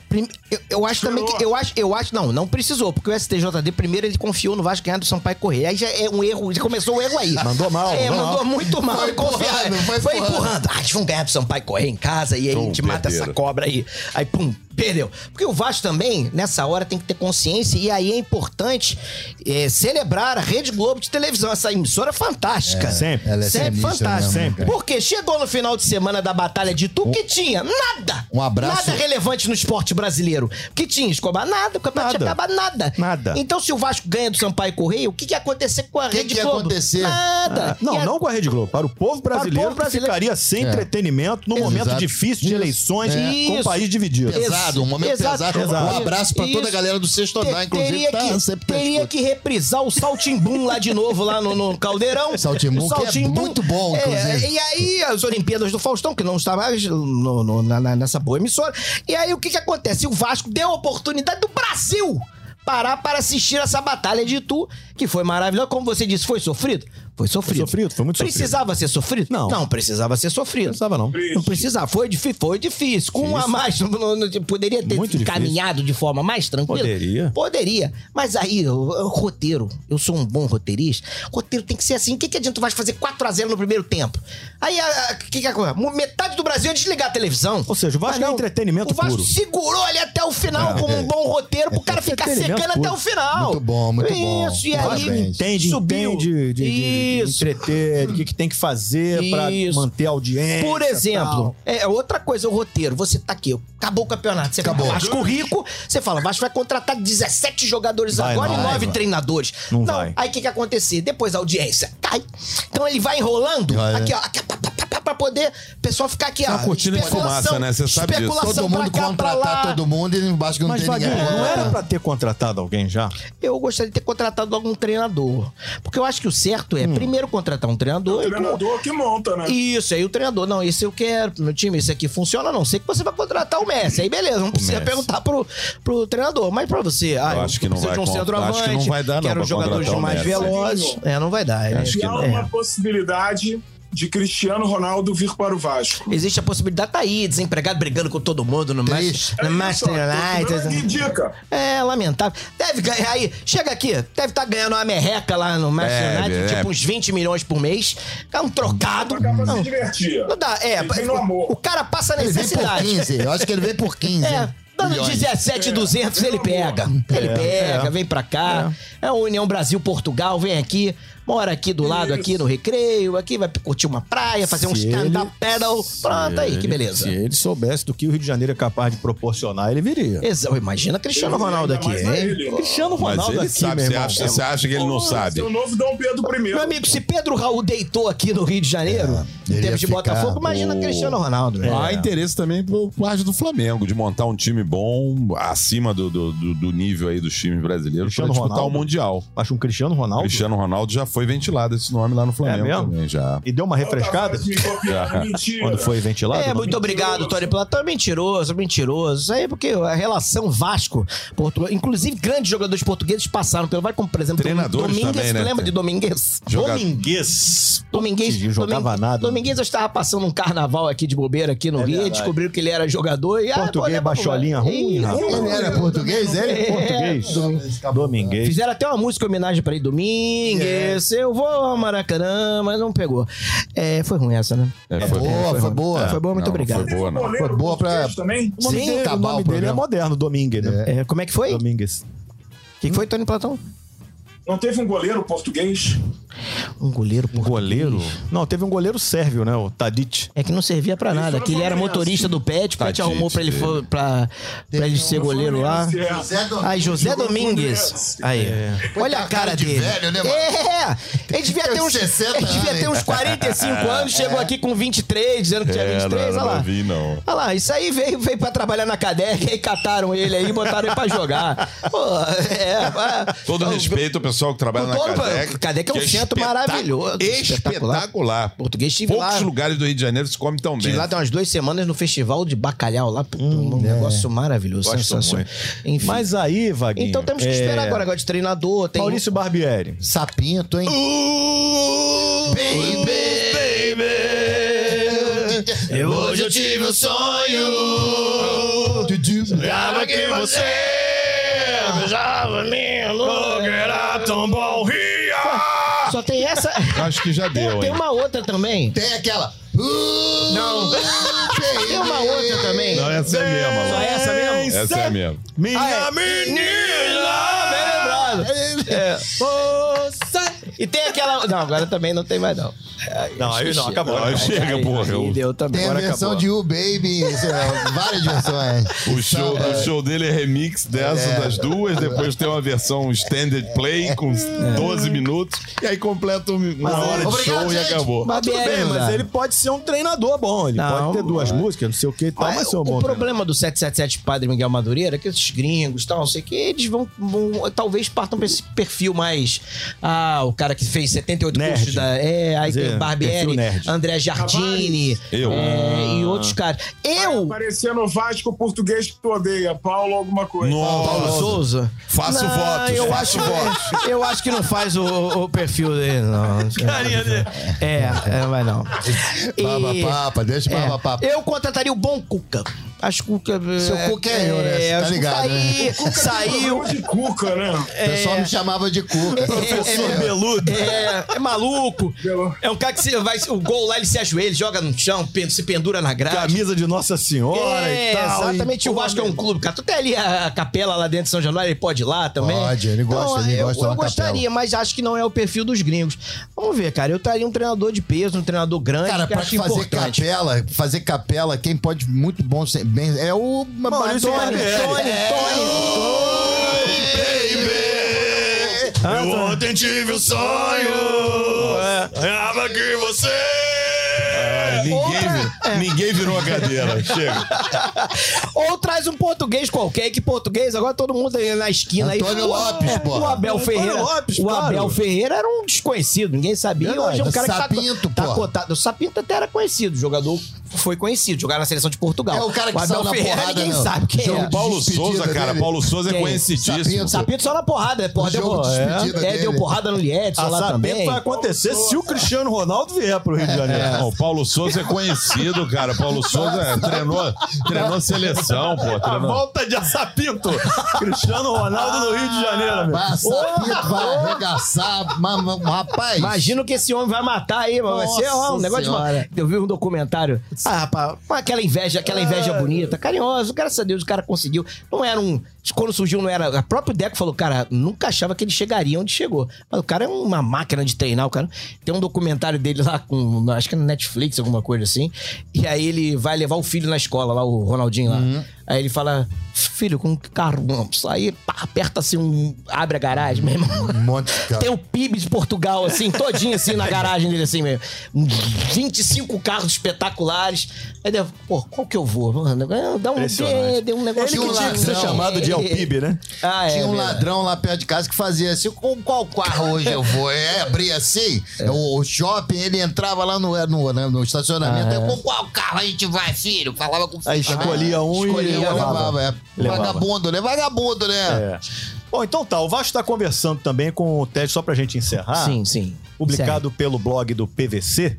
Speaker 5: Prim- Eu, eu acho também que. Eu acho, eu acho. Não, não precisou, porque o STJD primeiro ele confiou no Vasco ganhar do Sampaio Correia. Aí já é um erro. Já começou o erro aí.
Speaker 2: Mandou mal,
Speaker 5: É,
Speaker 2: mandou mal.
Speaker 5: mandou muito mal.
Speaker 3: Foi
Speaker 5: confiar.
Speaker 3: empurrando, foi
Speaker 5: Foi
Speaker 3: empurrando.
Speaker 5: empurrando. Ah, eles vão ganhar do Sampaio Correia em casa e aí a
Speaker 6: um
Speaker 4: Pum,
Speaker 5: gente mata
Speaker 4: perderam.
Speaker 5: essa cobra aí. Aí, pum, perdeu. Porque o Vasco também, nessa hora, tem que ter consciência e aí é importante eh, celebrar a Rede Globo de televisão, essa emissora fantástica.
Speaker 2: Sempre.
Speaker 3: Ela é
Speaker 5: Sempre
Speaker 3: sinistra
Speaker 5: fantástico.
Speaker 3: mesmo, cara.
Speaker 5: Porque chegou no final de semana da Batalha de Tu, que tinha nada.
Speaker 3: Um abraço.
Speaker 5: Nada relevante no esporte brasileiro. Que tinha, Escobar? Nada. O
Speaker 2: Nada.
Speaker 5: campeonato tinha acabado, nada.
Speaker 2: Nada.
Speaker 5: Então, se o Vasco ganha do Sampaio Correia, o que, que ia acontecer com a
Speaker 3: Que
Speaker 5: Rede
Speaker 3: que ia
Speaker 5: Globo?
Speaker 3: acontecer?
Speaker 5: Nada.
Speaker 3: Ah,
Speaker 2: É, Não,
Speaker 5: Ia-
Speaker 2: não com a Rede Globo. Para o povo
Speaker 5: o
Speaker 2: brasileiro,
Speaker 5: povo brasileiro.
Speaker 2: que ficaria sem
Speaker 3: É.
Speaker 2: entretenimento num
Speaker 3: Exato.
Speaker 2: momento difícil de
Speaker 3: Isso.
Speaker 2: eleições,
Speaker 3: É.
Speaker 2: com o
Speaker 5: Isso.
Speaker 2: país dividido.
Speaker 5: Exato.
Speaker 3: Pesado, um momento
Speaker 5: Exato,
Speaker 3: pesado.
Speaker 2: exato.
Speaker 3: Um abraço pra toda
Speaker 5: Isso.
Speaker 3: a galera do Sexto
Speaker 5: Te-
Speaker 3: Andar, inclusive,
Speaker 5: teria
Speaker 3: tá
Speaker 5: que,
Speaker 3: sempre na
Speaker 5: teria
Speaker 3: escuta.
Speaker 5: que reprisar o Saltimbum lá de novo, lá no, no Caldeirão.
Speaker 3: Saltimbum,
Speaker 5: O
Speaker 3: que é muito bom, inclusive.
Speaker 5: E aí, as Olimpíadas do Faustão, que não está mais no- no- na- na- nessa boa emissora. E aí, o que, que acontece? O Vasco deu a oportunidade do Brasil parar para assistir essa batalha de Itu, que foi maravilhosa. Como você disse, foi sofrido? Foi sofrido.
Speaker 2: sofrido, foi muito sofrido.
Speaker 5: Precisava ser sofrido?
Speaker 2: Não.
Speaker 5: Não precisava ser sofrido.
Speaker 2: Precisava não.
Speaker 5: Não precisava. Foi difícil. Foi difícil. Com um a mais, [LAUGHS] não- não- não- poderia ter
Speaker 2: Muito difícil.
Speaker 5: caminhado de forma mais tranquila.
Speaker 2: Poderia.
Speaker 5: Poderia. Mas aí, o, o roteiro, eu sou um bom roteirista, roteiro tem que ser assim. O que, que adianta o Vasco fazer 4x0 no primeiro tempo? Aí, a- a- que, que acontece? Mo- Metade do Brasil é desligar a televisão.
Speaker 2: Ou seja, o Vasco
Speaker 5: Mas não,
Speaker 2: é entretenimento
Speaker 5: O Vasco
Speaker 2: puro. É.
Speaker 5: segurou ali até o final com um bom roteiro pro cara ficar
Speaker 2: Entretenimento
Speaker 5: secando até
Speaker 2: puro.
Speaker 5: o final.
Speaker 3: Muito bom, muito bom.
Speaker 5: Isso, e
Speaker 3: Parabéns.
Speaker 5: aí
Speaker 2: Entende,
Speaker 5: subiu.
Speaker 2: entende de, de, de- de
Speaker 5: Isso.
Speaker 2: entreter, o que, que tem que fazer pra
Speaker 5: Isso.
Speaker 2: manter a audiência.
Speaker 5: Por exemplo, é outra coisa, o roteiro. Você tá aqui, acabou o campeonato. Você
Speaker 3: Acabou.
Speaker 5: fala, Vasco rico, você fala, Vasco vai contratar 17 jogadores
Speaker 2: Vai,
Speaker 5: agora
Speaker 2: não
Speaker 5: e
Speaker 2: vai,
Speaker 5: 9
Speaker 2: vai.
Speaker 5: treinadores.
Speaker 2: Não vai.
Speaker 5: Aí o que que acontecer? Depois a audiência cai. Então ele vai enrolando
Speaker 3: Vai, né?
Speaker 5: aqui, ó, aqui, pá, pá, pá, pá, pra poder o pessoal ficar aqui, ó.
Speaker 4: uma cortina de
Speaker 5: especulação,
Speaker 4: fumaça, né? Você sabe disso.
Speaker 5: especulação
Speaker 3: Todo
Speaker 5: pra
Speaker 3: mundo
Speaker 5: cá, pra lá.
Speaker 3: contratar todo mundo e no Vasco não
Speaker 2: Mas,
Speaker 3: tem ninguém.
Speaker 2: Vaguinho, não
Speaker 5: é
Speaker 3: contratado.
Speaker 2: era pra ter contratado alguém já?
Speaker 5: Eu gostaria de ter contratado algum treinador. Porque eu acho que o certo é primeiro contratar um treinador. e,
Speaker 6: O
Speaker 5: pô,
Speaker 6: treinador que monta, né?
Speaker 5: Isso, aí o treinador, não, esse eu quero pro meu time, esse aqui funciona, a não sei que você vai contratar o Messi. Aí beleza, não precisa
Speaker 2: Messi.
Speaker 5: perguntar pro, pro treinador. Mas pra você, ah,
Speaker 4: Eu
Speaker 5: eu,
Speaker 4: acho que não
Speaker 5: preciso de
Speaker 4: vai
Speaker 5: um
Speaker 4: con-
Speaker 5: centroavante,
Speaker 4: acho que não vai dar, não,
Speaker 5: quero
Speaker 4: pra
Speaker 5: jogadores
Speaker 4: contratar o
Speaker 5: mais
Speaker 4: Messi.
Speaker 5: velozes. É, não vai dar. né?
Speaker 4: Acho
Speaker 6: E
Speaker 4: que
Speaker 6: há
Speaker 4: não.
Speaker 6: uma possibilidade de Cristiano Ronaldo vir para o Vasco.
Speaker 5: Existe a possibilidade, tá aí, desempregado, brigando com todo mundo no
Speaker 3: Triste.
Speaker 5: Manchester, tá no Manchester
Speaker 6: Que
Speaker 5: United. né?
Speaker 6: dica.
Speaker 5: É, lamentável. Deve ganhar aí. Chega aqui, deve estar ganhando uma merreca lá no Manchester
Speaker 4: Deve,
Speaker 5: United,
Speaker 4: é.
Speaker 5: tipo uns 20 milhões por mês. É um trocado.
Speaker 6: Acaba se
Speaker 5: Não,
Speaker 6: divertir.
Speaker 5: não dá, é.
Speaker 6: Ele vem no amor.
Speaker 5: O cara passa
Speaker 3: Ele vem por
Speaker 5: necessidade.
Speaker 3: 15. Eu acho que ele vem por 15.
Speaker 5: É, dando
Speaker 3: milhões.
Speaker 6: É.
Speaker 5: 17,200 ele pega.
Speaker 2: É,
Speaker 5: Ele pega, vem pra cá. É. a União Brasil-Portugal, vem aqui. Mora aqui do lado, aqui no recreio, aqui vai curtir uma praia, fazer um
Speaker 2: Se
Speaker 5: stand-up
Speaker 2: ele-
Speaker 5: pedal. Pronto, aí, que
Speaker 2: Ele-
Speaker 5: beleza.
Speaker 2: Se ele soubesse do que o Rio de Janeiro é capaz de proporcionar, ele viria.
Speaker 5: Exa- Imagina Cristiano Ronaldo
Speaker 6: Ainda
Speaker 5: aqui,
Speaker 6: mais a
Speaker 5: hein?
Speaker 6: ele.
Speaker 2: Cristiano
Speaker 4: Mas
Speaker 2: Ronaldo
Speaker 4: ele
Speaker 2: aqui,
Speaker 4: sabe,
Speaker 2: meu
Speaker 4: você
Speaker 2: irmão.
Speaker 4: acha, você acha que ele não sabe.
Speaker 6: Seu novo Dom Pedro I.
Speaker 5: Meu amigo, se Pedro Raul deitou aqui no Rio de Janeiro,
Speaker 3: ele
Speaker 2: É,
Speaker 5: em
Speaker 3: ia
Speaker 5: termos de
Speaker 3: ficar,
Speaker 5: Botafogo, imagina
Speaker 4: pô.
Speaker 5: Cristiano Ronaldo. né?
Speaker 4: Há interesse também por parte do Flamengo, de montar um time bom acima do, do, do- do nível aí dos times brasileiros para
Speaker 2: Cristiano
Speaker 4: disputar
Speaker 2: Ronaldo.
Speaker 4: o Mundial.
Speaker 2: Acha um Cristiano Ronaldo?
Speaker 4: Cristiano Ronaldo já foi ventilado esse nome
Speaker 5: É
Speaker 4: lá no Flamengo
Speaker 2: mesmo?
Speaker 4: também, já.
Speaker 2: E deu uma refrescada
Speaker 6: Tá,
Speaker 4: [LAUGHS]
Speaker 6: me
Speaker 4: Ah,
Speaker 6: copiando, mentira.
Speaker 2: quando foi ventilado?
Speaker 5: É, muito obrigado, Tony Platão. É Mentiroso, mentiroso. Isso aí, é porque a relação Vasco, Portugal, inclusive grandes jogadores portugueses passaram pelo Vasco, como por exemplo,
Speaker 4: Treinadores
Speaker 5: Domingues.
Speaker 4: também, né?
Speaker 5: Lembra de Domingues?
Speaker 4: Joga-
Speaker 2: Domingues.
Speaker 5: Domingues,
Speaker 2: Não jogava
Speaker 5: Domingues-
Speaker 2: nada. É
Speaker 5: Domingues, eu estava passando um carnaval aqui de bobeira aqui no Rio,
Speaker 2: verdade.
Speaker 5: descobriram que ele era jogador e... ah,
Speaker 2: Português,
Speaker 5: leva pro
Speaker 2: baixolinha
Speaker 5: Vasco.
Speaker 2: ruim,
Speaker 5: Ih,
Speaker 2: rapaz.
Speaker 3: Ele era português, ele?
Speaker 5: É.
Speaker 2: Português. é? né? Domingues.
Speaker 5: Fizeram até uma música em homenagem pra ele, Domingues, eu vou ao Maracanã, mas não pegou. É, foi ruim essa, né?
Speaker 4: É,
Speaker 3: Foi boa, foi boa.
Speaker 5: foi boa, muito
Speaker 4: Não,
Speaker 5: obrigado.
Speaker 4: Não foi boa, não.
Speaker 6: Goleiro
Speaker 3: boa pra-
Speaker 6: português Também?
Speaker 2: O nome
Speaker 5: Sim, tá
Speaker 2: dele, o nome
Speaker 3: acabar o
Speaker 2: dele é
Speaker 3: programa.
Speaker 2: moderno, Domingues, né?
Speaker 5: É, como é que foi? O
Speaker 2: Domingues.
Speaker 5: que, que foi, Tony Platão?
Speaker 6: Não teve um goleiro português?
Speaker 5: Um goleiro
Speaker 2: Um
Speaker 5: português.
Speaker 2: goleiro? Não, teve um goleiro sérvio, né? O Tadic.
Speaker 5: É que não servia pra nada,
Speaker 6: foi
Speaker 5: que ele era
Speaker 6: Fluminense.
Speaker 5: motorista do Pet, o Pet
Speaker 4: Tadinho
Speaker 5: arrumou pra ele,
Speaker 4: dele.
Speaker 5: fo- pra, pra ele ser goleiro lá.
Speaker 6: Fluminense, é.
Speaker 3: Zé Domingues.
Speaker 5: Aí, José
Speaker 6: Jogou no
Speaker 5: Domingues.
Speaker 6: Fluminense.
Speaker 5: Aí.
Speaker 4: É.
Speaker 5: Olha a
Speaker 3: Foi com a
Speaker 5: cara
Speaker 3: cara de
Speaker 5: dele.
Speaker 3: velho, né, mano?
Speaker 5: É! Ele devia
Speaker 3: Tem
Speaker 5: ter uns,
Speaker 3: 60
Speaker 5: ele devia
Speaker 3: anos,
Speaker 5: ter
Speaker 3: hein?
Speaker 5: uns 45 anos, chegou aqui com 23, dizendo que tinha
Speaker 4: É,
Speaker 5: 23,
Speaker 4: não,
Speaker 5: olha lá.
Speaker 4: não vi, não.
Speaker 5: Olha lá, isso aí veio, veio pra trabalhar na cadeia, aí cataram ele aí e botaram ele pra jogar. Pô, é. pá.
Speaker 4: Todo
Speaker 5: Então,
Speaker 4: respeito ao pessoal que trabalha
Speaker 5: Com
Speaker 4: na
Speaker 5: todo-
Speaker 4: Cadec.
Speaker 5: Cadec é um centro
Speaker 4: espetá-
Speaker 5: maravilhoso, espetacular.
Speaker 4: Espetacular.
Speaker 5: Português estive
Speaker 4: Poucos
Speaker 5: lá.
Speaker 4: lugares do Rio de Janeiro se come tão bem.
Speaker 5: Tive lá tem umas duas semanas no festival de bacalhau lá. Puta, um negócio maravilhoso,
Speaker 4: Gosto
Speaker 5: sensacional. Enfim.
Speaker 2: Mas aí, Vaguinho...
Speaker 5: então temos que
Speaker 2: é,
Speaker 5: esperar agora, agora de treinador. Tem um-
Speaker 2: Maurício Barbieri.
Speaker 3: Sapinto, hein?
Speaker 5: Eu hoje eu tive um sonho. Lembrava que você beijava minha era tão bom ria. Só tem essa.
Speaker 4: Acho que já deu,
Speaker 5: [LAUGHS] Tem
Speaker 4: hein?
Speaker 5: uma outra também.
Speaker 3: Tem aquela. Não.
Speaker 5: Tem uma outra também.
Speaker 4: Não, essa é a mesma,
Speaker 5: Só
Speaker 4: Lô.
Speaker 5: essa mesmo?
Speaker 4: Essa é a mesma.
Speaker 2: Minha
Speaker 5: Ah, é.
Speaker 2: Ah, menina!
Speaker 5: Lembrado. É. Você- E tem aquela. Não, agora também não tem mais, não.
Speaker 2: Não, aí não, acabou. né?
Speaker 4: Não, aí chega,
Speaker 5: Aí-
Speaker 4: porra.
Speaker 5: aí
Speaker 4: O-
Speaker 5: deu também.
Speaker 3: Tem a
Speaker 5: Agora
Speaker 3: versão
Speaker 5: acabou.
Speaker 3: de U Baby, sei lá, várias versões.
Speaker 4: O show, o show dele é remix dessa,
Speaker 5: É.
Speaker 4: das duas. Depois tem uma versão standard play com
Speaker 5: É.
Speaker 4: 12 minutos. E aí completa um- uma hora de
Speaker 3: Obrigado,
Speaker 4: show e
Speaker 3: gente.
Speaker 4: acabou.
Speaker 5: Mas
Speaker 2: Tudo bem, mas
Speaker 5: Barbieri,
Speaker 2: ele pode ser um treinador bom. Ele
Speaker 5: Não,
Speaker 2: pode ter duas
Speaker 5: não.
Speaker 2: músicas, não sei o que e tal, mas ser um
Speaker 5: o
Speaker 2: bom treinador.
Speaker 5: problema do 777 Padre Miguel Madureira é que esses gringos tal, não sei o que, eles vão, vão- talvez partam pra esse perfil mais. Ah, o cara que fez 78
Speaker 2: Nerd.
Speaker 5: cursos da. É, aí
Speaker 2: Quer dizer,
Speaker 5: tem Barbieri,
Speaker 2: perfil nerd. Ah.
Speaker 5: André Jardini.
Speaker 4: Eu.
Speaker 5: é, e outros caras. Eu!
Speaker 6: Parecia no Vasco o português que tu odeia. Paulo alguma coisa.
Speaker 4: Nossa.
Speaker 5: Souza.
Speaker 4: Faço
Speaker 5: Não,
Speaker 4: votos,
Speaker 5: Eu
Speaker 4: faço
Speaker 5: acho,
Speaker 4: votos.
Speaker 5: Eu acho que não faz o, o perfil dele, não. Carinha dele. É, é, vai não. E-
Speaker 3: Baba é, papa, deixa o
Speaker 5: É.
Speaker 3: baba papa.
Speaker 5: Eu contrataria o bom Cuca. Acho que o Cuca.
Speaker 3: Seu Cuca é eu, né? Cê tá
Speaker 5: acho que
Speaker 3: ligado,
Speaker 5: saí- é
Speaker 3: né?
Speaker 5: Saiu.
Speaker 6: Problema de cuca, né?
Speaker 5: É.
Speaker 3: O pessoal me chamava de Cuca.
Speaker 5: Professor Beludo. É, é maluco. É um cara que se- vai, o gol lá ele se ajoelha, ele joga no chão, pen- se pendura na grade.
Speaker 2: Camisa de Nossa Senhora
Speaker 5: É,
Speaker 2: e tal.
Speaker 5: exatamente.
Speaker 2: e-
Speaker 5: O Vasco é um clube, cara. Tu tem ali a capela lá dentro de São Januário, ele pode ir lá também. Então,
Speaker 3: Pode, ele gosta, ele
Speaker 5: eu,
Speaker 3: gosta da
Speaker 5: Eu gostaria,
Speaker 3: capela.
Speaker 5: mas acho que não é o perfil dos gringos. Vamos ver, cara. Eu traria um treinador de peso, um treinador grande,
Speaker 3: Cara,
Speaker 5: que eu
Speaker 3: pra
Speaker 5: acho
Speaker 3: fazer
Speaker 5: importante.
Speaker 3: capela, fazer capela, quem pode muito bom ser- bem é o
Speaker 2: Maurício
Speaker 3: Tony,
Speaker 2: Barbieri.
Speaker 3: Tony, Tony.
Speaker 4: Eu ontem tive um sonho. Achava que você. É, ninguém, vi-
Speaker 5: É.
Speaker 4: ninguém virou a cadeira. Chega.
Speaker 5: Ou traz um português qualquer, que português, agora todo mundo aí na esquina aí.
Speaker 3: Antônio
Speaker 5: O-
Speaker 3: Lopes,
Speaker 5: é,
Speaker 3: porra.
Speaker 5: O Abel
Speaker 2: Antônio
Speaker 5: Ferreira.
Speaker 2: Lopes,
Speaker 5: o
Speaker 2: claro.
Speaker 5: Abel Ferreira era um desconhecido, ninguém sabia. E
Speaker 3: Verdade.
Speaker 5: hoje é um cara
Speaker 3: Sapinto,
Speaker 5: que tá, tá
Speaker 3: porra.
Speaker 5: cotado. O Sapinto até era conhecido, o jogador foi conhecido, jogava na seleção de Portugal.
Speaker 3: É o cara que saiu
Speaker 5: Abel
Speaker 3: na
Speaker 5: Ferreira,
Speaker 3: porrada,
Speaker 5: ninguém
Speaker 3: não.
Speaker 5: sabe quem
Speaker 3: Jogo
Speaker 5: é.
Speaker 4: O Paulo
Speaker 3: Despedida
Speaker 4: Souza, cara.
Speaker 3: dele.
Speaker 4: Paulo Souza é
Speaker 5: Quem?
Speaker 4: conhecidíssimo.
Speaker 3: Sapinto.
Speaker 5: Sapinto só na porrada, né? Porra,
Speaker 3: No jogo de despedida
Speaker 5: é, é,
Speaker 3: dele. Ah,
Speaker 5: deu porrada no Lietz
Speaker 2: A
Speaker 5: lá
Speaker 2: saber
Speaker 5: também.
Speaker 2: vai acontecer se o Cristiano Ronaldo vier pro Rio de Janeiro.
Speaker 5: Ah,
Speaker 4: Não, É, o Paulo Souza é conhecido, cara. O Paulo Souza é- treinou, treinou seleção, pô.
Speaker 5: Ah,
Speaker 2: A
Speaker 4: Treinou.
Speaker 2: volta de Assapinto. Cristiano Ronaldo no Rio de Janeiro, meu.
Speaker 3: Vai assar, pinto, vai arregaçar, ma- ma- rapaz.
Speaker 5: Imagina o que esse homem vai matar aí, mano. Vai
Speaker 3: Nossa
Speaker 5: ser ó, um negócio
Speaker 3: Senhora.
Speaker 5: de uma... Eu vi um documentário. Ah, rapaz, mas aquela inveja, aquela inveja bonita, carinhosa. Graças a Deus o cara conseguiu. Não era um. Quando surgiu, não era. A próprio Deco falou, cara, nunca achava que ele chegaria onde chegou. Mas o cara é uma máquina de treinar, o cara. Tem um documentário dele lá com. Acho que é no Netflix, alguma coisa assim. E aí ele vai levar o filho na escola, lá, o Ronaldinho lá. Aí ele fala, filho, com que carro vamos? Aí pá, aperta assim, um, abre a garagem, meu irmão.
Speaker 3: Um monte de carro.
Speaker 5: Tem o PIB de Portugal, assim, todinho assim na garagem dele, assim mesmo. Uns 25 carros espetaculares. Aí ele, pô, qual que eu vou? Mano, dá um,
Speaker 2: Impressionante.
Speaker 5: dê, dê um negócio
Speaker 2: Ele que
Speaker 3: um
Speaker 2: tinha que ser
Speaker 3: ladrão.
Speaker 2: chamado de Alpib, né?
Speaker 5: Ah, é.
Speaker 3: Tinha um
Speaker 5: verdade.
Speaker 3: ladrão lá perto de casa que fazia assim, com qual carro hoje eu vou? É, abria assim, o, o shopping, ele entrava lá no, no, né, no estacionamento, aí, com qual carro a gente vai, filho? Falava com o
Speaker 2: Aí
Speaker 3: funcionário.
Speaker 2: escolhia um e
Speaker 3: Escolhia,
Speaker 2: levava.
Speaker 3: levava, é.
Speaker 2: Levava.
Speaker 3: Vagabundo, né? Vagabundo, né?
Speaker 2: É. Bom, então tá. O Vasco tá conversando também com o Ted, só pra gente
Speaker 3: Ah,
Speaker 2: encerrar.
Speaker 5: Sim, sim.
Speaker 2: publicado pelo blog do PVC.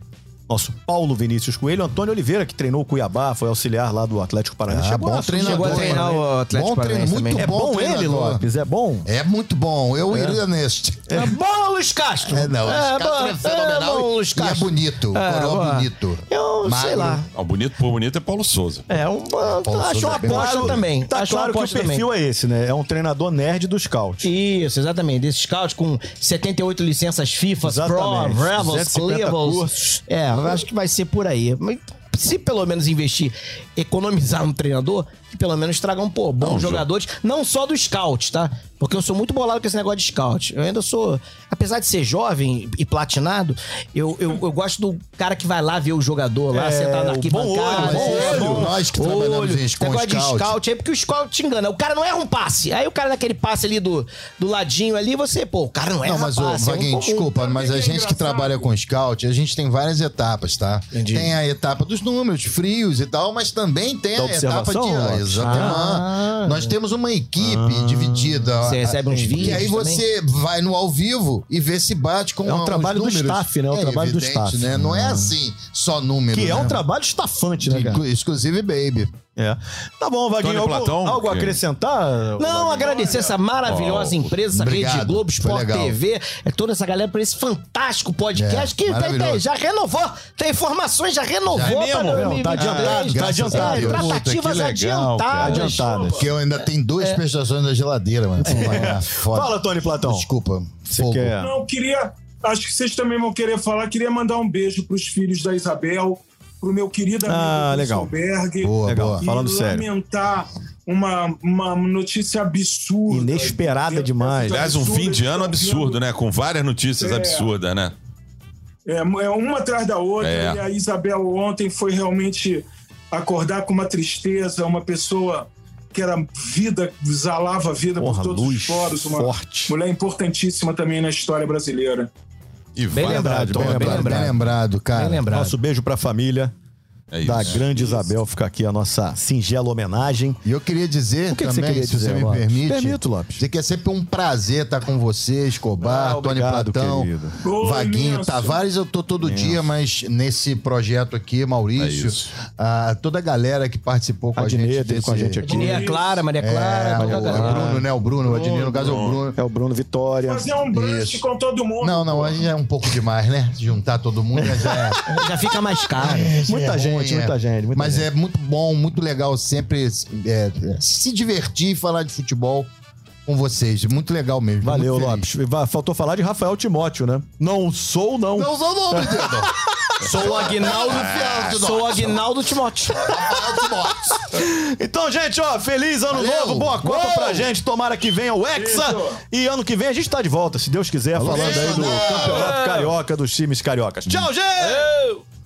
Speaker 2: Nosso Paulo Vinícius Coelho, Antônio Oliveira, que treinou o Cuiabá, foi auxiliar lá do Atlético Paranaense.
Speaker 3: Ah,
Speaker 2: Chegou
Speaker 3: bom
Speaker 2: lá,
Speaker 3: treinador.
Speaker 5: Chegou a treinar o Atlético
Speaker 3: Bom treino,
Speaker 5: Paranaense
Speaker 3: muito
Speaker 5: também.
Speaker 2: É bom, ele,
Speaker 3: treinador.
Speaker 2: Lopes? É bom?
Speaker 3: É muito bom, eu iria neste. [LAUGHS]
Speaker 5: É bom, Luiz Castro!
Speaker 3: É, não, é, esse
Speaker 5: bom,
Speaker 3: cara é fenomenal
Speaker 5: é bom,
Speaker 3: e-
Speaker 5: Luiz
Speaker 3: e é
Speaker 5: Castro.
Speaker 3: bonito,
Speaker 5: É,
Speaker 3: coroa
Speaker 5: boa.
Speaker 3: bonito.
Speaker 5: Eu sei
Speaker 3: Magro.
Speaker 5: lá.
Speaker 4: Ah, o bonito por bonito é Paulo Souza.
Speaker 5: É, um,
Speaker 3: Paulo
Speaker 5: acho
Speaker 3: Souza
Speaker 5: uma
Speaker 3: é bem
Speaker 5: aposta
Speaker 3: gostoso.
Speaker 5: também.
Speaker 2: Tá
Speaker 5: acho uma
Speaker 2: claro que o
Speaker 5: aposta também.
Speaker 2: perfil é esse, né? É um treinador nerd do scout.
Speaker 5: Isso, exatamente. Desses scouts com 78 licenças FIFA,
Speaker 2: Exatamente.
Speaker 5: Pro, Rebels,
Speaker 2: 250
Speaker 5: Cleables.
Speaker 2: cursos.
Speaker 5: É, eu acho que vai ser por aí. Mas se pelo menos investir, economizar no treinador, que pelo menos tragam, pô, bons
Speaker 2: um
Speaker 5: jogadores, não só do scout, tá? Porque eu sou muito bolado com esse negócio de scout. Eu ainda sou, apesar de ser jovem e platinado, eu, eu, eu gosto do cara que vai lá ver o jogador lá,
Speaker 2: É,
Speaker 5: sentado na
Speaker 2: o bom
Speaker 5: arquibancada.
Speaker 2: olho, né?
Speaker 5: é,
Speaker 2: bom
Speaker 3: olho. Nós que trabalhamos em- com
Speaker 5: negócio de
Speaker 3: scout.
Speaker 5: scout scout aí, porque o scout te engana. O cara não erra um passe. Aí o cara naquele passe ali do, do ladinho ali, você, pô, o cara não erra
Speaker 3: Não, mas, ô,
Speaker 5: passe. é um
Speaker 3: Vaguinho,
Speaker 5: comum.
Speaker 3: desculpa, mas a gente que trabalha com scout, a gente tem várias etapas, tá? Tem a etapa dos números, frios e tal, mas também tem
Speaker 2: Da
Speaker 3: a etapa de. Ah,
Speaker 2: observação, Ah. Lopes?
Speaker 3: Exatamente. Nós temos uma equipe dividida.
Speaker 5: Você recebe uns
Speaker 3: E
Speaker 5: vídeos
Speaker 3: aí
Speaker 5: também?
Speaker 3: você vai no ao vivo e vê se bate com
Speaker 2: É um
Speaker 3: os
Speaker 2: trabalho do
Speaker 3: números.
Speaker 2: staff, né? É um trabalho do staff. Ah.
Speaker 3: Né? Não é assim, só número.
Speaker 2: Que é
Speaker 3: né?
Speaker 2: um trabalho estafante, né, cara?
Speaker 3: Inclu- Exclusive, baby.
Speaker 2: É. Tá bom, Vaguinho.
Speaker 4: Antônio
Speaker 2: Algo,
Speaker 4: Platão,
Speaker 2: algo a
Speaker 4: que-
Speaker 2: acrescentar?
Speaker 5: Não, agradecer essa maravilhosa empresa, essa
Speaker 3: obrigado.
Speaker 5: Rede Globo,
Speaker 3: Foi
Speaker 5: Sport
Speaker 3: legal.
Speaker 5: TV, é toda essa galera por esse fantástico podcast
Speaker 3: É,
Speaker 5: que tem- tem-
Speaker 3: maravilhoso.
Speaker 5: já renovou, tem informações, já renovou.
Speaker 2: Já é mesmo? Não,
Speaker 5: pra
Speaker 2: tá
Speaker 5: 2023.
Speaker 2: adiantado, tá
Speaker 5: É,
Speaker 2: adiantado.
Speaker 3: Puta,
Speaker 5: tratativas
Speaker 4: que legal, cara.
Speaker 5: adiantadas.
Speaker 2: Adiantadas.
Speaker 3: Porque eu ainda tenho duas prestações na geladeira, mano. É. Foda.
Speaker 2: É. Fala, Tony Platão.
Speaker 3: Desculpa.
Speaker 2: Você
Speaker 3: Fogo.
Speaker 2: quer...
Speaker 6: Não, queria. Acho que vocês também vão querer falar. Queria mandar um beijo para os filhos da Isabel, pro meu querido amigo
Speaker 2: Ah, legal.
Speaker 6: Berg.
Speaker 3: Boa,
Speaker 2: Legal.
Speaker 3: boa.
Speaker 6: E
Speaker 2: Falando sério.
Speaker 6: lamentar uma, uma notícia absurda.
Speaker 2: Inesperada demais.
Speaker 4: Aliás, um fim de ano absurdo, né? Com várias notícias
Speaker 6: É.
Speaker 4: absurdas, né?
Speaker 6: É, é uma atrás da outra.
Speaker 4: É.
Speaker 6: E a Isabel ontem foi realmente acordar com uma tristeza, uma pessoa que era vida, exalava a vida
Speaker 2: Porra,
Speaker 6: por todos
Speaker 2: luz
Speaker 6: os poros, uma
Speaker 2: forte.
Speaker 6: mulher importantíssima também na história brasileira.
Speaker 4: E
Speaker 5: Bem
Speaker 4: vai-
Speaker 5: lembrado, Tom, bem
Speaker 3: Bem
Speaker 5: lembrado.
Speaker 3: lembrado, cara.
Speaker 5: Bem lembrado.
Speaker 2: Nosso beijo pra família
Speaker 4: É isso.
Speaker 2: da grande Isabel. Fica aqui a nossa singela homenagem.
Speaker 3: E eu queria dizer
Speaker 2: O que que você
Speaker 3: também,
Speaker 2: queria
Speaker 3: se você
Speaker 2: dizer,
Speaker 3: me
Speaker 2: Lopes?
Speaker 3: permite.
Speaker 2: Permito, Lopes.
Speaker 3: Dizer que é sempre um prazer estar com você, Escobar,
Speaker 2: Ah,
Speaker 3: Tony
Speaker 2: obrigado,
Speaker 3: Platão,
Speaker 2: querido.
Speaker 6: Ô,
Speaker 3: Vaguinho,
Speaker 6: imenso.
Speaker 3: Tavares. Eu tô todo dia, mas nesse projeto aqui, Maurício,
Speaker 4: É isso.
Speaker 3: ah, toda a galera que participou com a,
Speaker 2: Adnet
Speaker 3: gente.
Speaker 2: teve com a gente aqui.
Speaker 5: Maria Clara, Maria
Speaker 3: É,
Speaker 5: Clara,
Speaker 3: o,
Speaker 5: Maria
Speaker 3: é o
Speaker 5: Clara.
Speaker 3: Bruno, né? O Bruno, o Adnet, no caso, é o Bruno.
Speaker 2: É o Bruno Vitória.
Speaker 6: Fazer um brunch
Speaker 3: Isso.
Speaker 6: com todo mundo.
Speaker 3: Não, não, aí já é um pouco demais, né? Juntar todo mundo já
Speaker 2: [LAUGHS]
Speaker 3: é.
Speaker 5: Já fica mais caro.
Speaker 2: Muita gente, muita gente, muita
Speaker 3: Mas
Speaker 2: gente.
Speaker 3: é muito bom, muito legal sempre é, se divertir e falar de futebol com vocês. Muito legal mesmo.
Speaker 2: Valeu,
Speaker 3: muito feliz.
Speaker 2: Lopes. Va- Faltou falar de Rafael Timóteo, né? Não sou, não.
Speaker 3: Não sou nome, Diego.
Speaker 5: Sou o Aguinaldo,
Speaker 3: Fiel de
Speaker 5: sou o Aguinaldo Timóteo.
Speaker 2: Então, gente, ó, feliz ano
Speaker 3: Valeu.
Speaker 2: novo, boa Copa
Speaker 3: Uou.
Speaker 2: pra gente. Tomara que venha o Hexa. E ano que vem a gente tá de volta, se Deus quiser, falando aí do Campeonato Carioca, dos times cariocas. Tchau, gente!